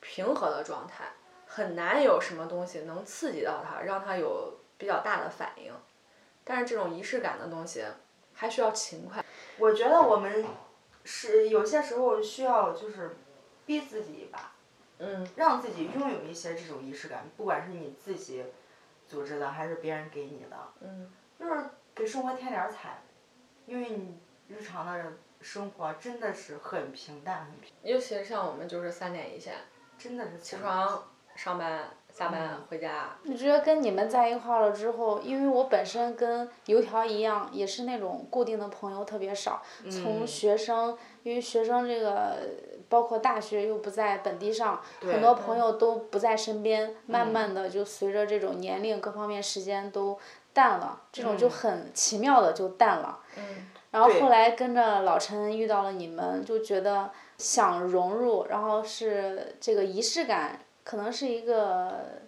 [SPEAKER 1] 平和的状态，很难有什么东西能刺激到它，让它有比较大的反应。但是这种仪式感的东西，还需要勤快。
[SPEAKER 3] 我觉得我们是有些时候需要就是逼自己一把，
[SPEAKER 1] 嗯，
[SPEAKER 3] 让自己拥有一些这种仪式感，不管是你自己组织的还是别人给你的，
[SPEAKER 1] 嗯，
[SPEAKER 3] 就是给生活添点儿彩，因为你日常的生活真的是很平淡，很平，
[SPEAKER 1] 尤其是像我们就是三点一线，
[SPEAKER 3] 真的是
[SPEAKER 1] 起
[SPEAKER 3] 起
[SPEAKER 1] 床、上班、下班、回家，
[SPEAKER 2] 我觉得跟你们在一块儿了之后，因为我本身跟油条一样，也是那种固定的朋友特别少。从学生，因为学生这个包括大学又不在本地上，很多朋友都不在身边，慢慢的就随着这种年龄各方面时间都淡了，这
[SPEAKER 3] 嗯
[SPEAKER 2] 种就很奇妙的就淡了。
[SPEAKER 1] 嗯，
[SPEAKER 2] 然后后来跟着老陈遇到了你们，就觉得想融入，然后是这个仪式感，可能是一个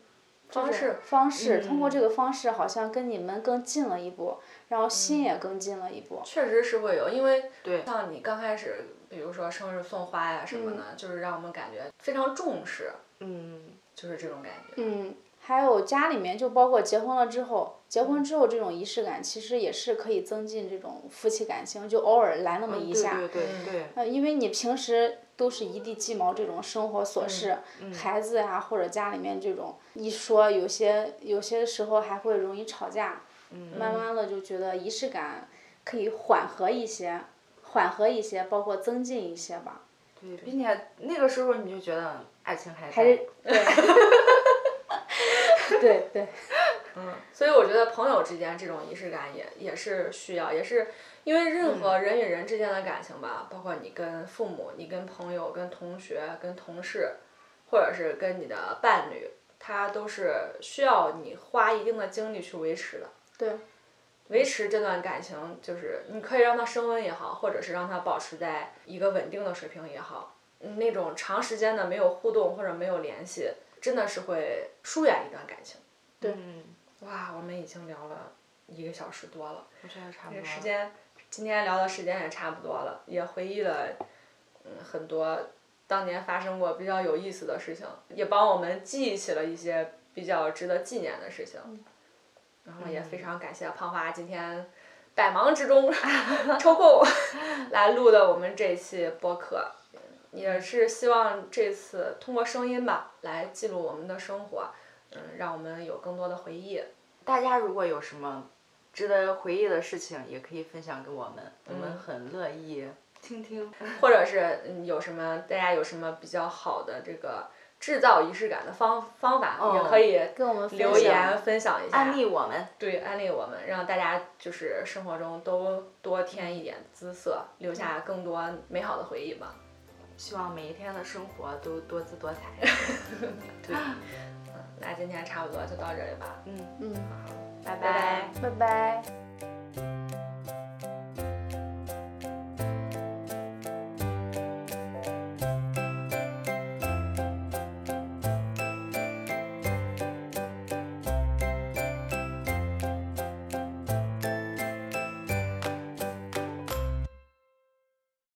[SPEAKER 1] 方式
[SPEAKER 2] 方式，通过
[SPEAKER 3] 嗯
[SPEAKER 2] 这个方式好像跟你们更近了一步，然后
[SPEAKER 3] 嗯
[SPEAKER 2] 心也更近了一步。
[SPEAKER 1] 确实是会有，因为
[SPEAKER 3] 对
[SPEAKER 1] 像你刚开始，比如说生日送花呀什么的，就是让我们感觉非常重视，
[SPEAKER 3] 嗯，
[SPEAKER 1] 就是这种感觉。
[SPEAKER 2] 嗯，还有家里面，就包括结婚了之后，结婚之后这种仪式感其实也是可以增进这种夫妻感情，就偶尔来那么一下。
[SPEAKER 3] 嗯对对
[SPEAKER 1] 嗯
[SPEAKER 3] 对对，
[SPEAKER 2] 呃，因为你平时都是一地鸡毛这种生活琐事，孩子呀、或者家里面这种一说，有些有些时候还会容易吵架。慢慢的就觉得仪式感可以缓和一些，缓和一些，包括增进一些吧。
[SPEAKER 3] 对，并且那个时候你就觉得爱情还
[SPEAKER 2] 还
[SPEAKER 3] 还
[SPEAKER 2] 是对，对对，
[SPEAKER 1] 所以我觉得朋友之间这种仪式感也也是需要，也是因为任何人与人之间的感情吧，包括你跟父母、你跟朋友、跟同学、跟同事，或者是跟你的伴侣，它都是需要你花一定的精力去维持的。
[SPEAKER 2] 对，
[SPEAKER 1] 维持这段感情，就是你可以让它升温也好，或者是让它保持在一个稳定的水平也好，嗯那种长时间的没有互动或者没有联系，真的是会疏远一段感情。
[SPEAKER 3] 嗯，
[SPEAKER 1] 哇，啊我们已经聊了一个小时多了，
[SPEAKER 3] 我觉得差不
[SPEAKER 1] 这
[SPEAKER 3] 多
[SPEAKER 1] 个
[SPEAKER 3] 了。
[SPEAKER 1] 时间今天聊的时间也差不多了，也回忆了嗯很多当年发生过比较有意思的事情，也帮我们记忆起了一些比较值得纪念的事情。然后也非常感谢胖花今天百忙之中抽空来录的我们这一期播客，也是希望这次通过声音吧来记录我们的生活，嗯，让我们有更多的回忆。
[SPEAKER 3] 大家如果有什么值得回忆的事情，也可以分享给我们，我们很乐意听嗯听。
[SPEAKER 1] 或者是嗯有什么大家有什么比较好的这个制造仪式感的方方法，
[SPEAKER 3] 嗯
[SPEAKER 1] 也可以
[SPEAKER 2] 哦跟我们分
[SPEAKER 1] 留
[SPEAKER 2] 享
[SPEAKER 1] 言分享一下，
[SPEAKER 3] 安利我们，
[SPEAKER 1] 对安利我们，让大家就是生活中都多添一点姿色，留下更多美好的回忆吧。
[SPEAKER 3] 希望每一天的生活都多姿多彩。
[SPEAKER 1] 嗯那今天差不多就到这里吧，
[SPEAKER 3] 嗯，
[SPEAKER 2] 啊嗯，
[SPEAKER 1] 拜
[SPEAKER 3] 拜
[SPEAKER 2] 拜
[SPEAKER 3] 拜
[SPEAKER 2] 拜。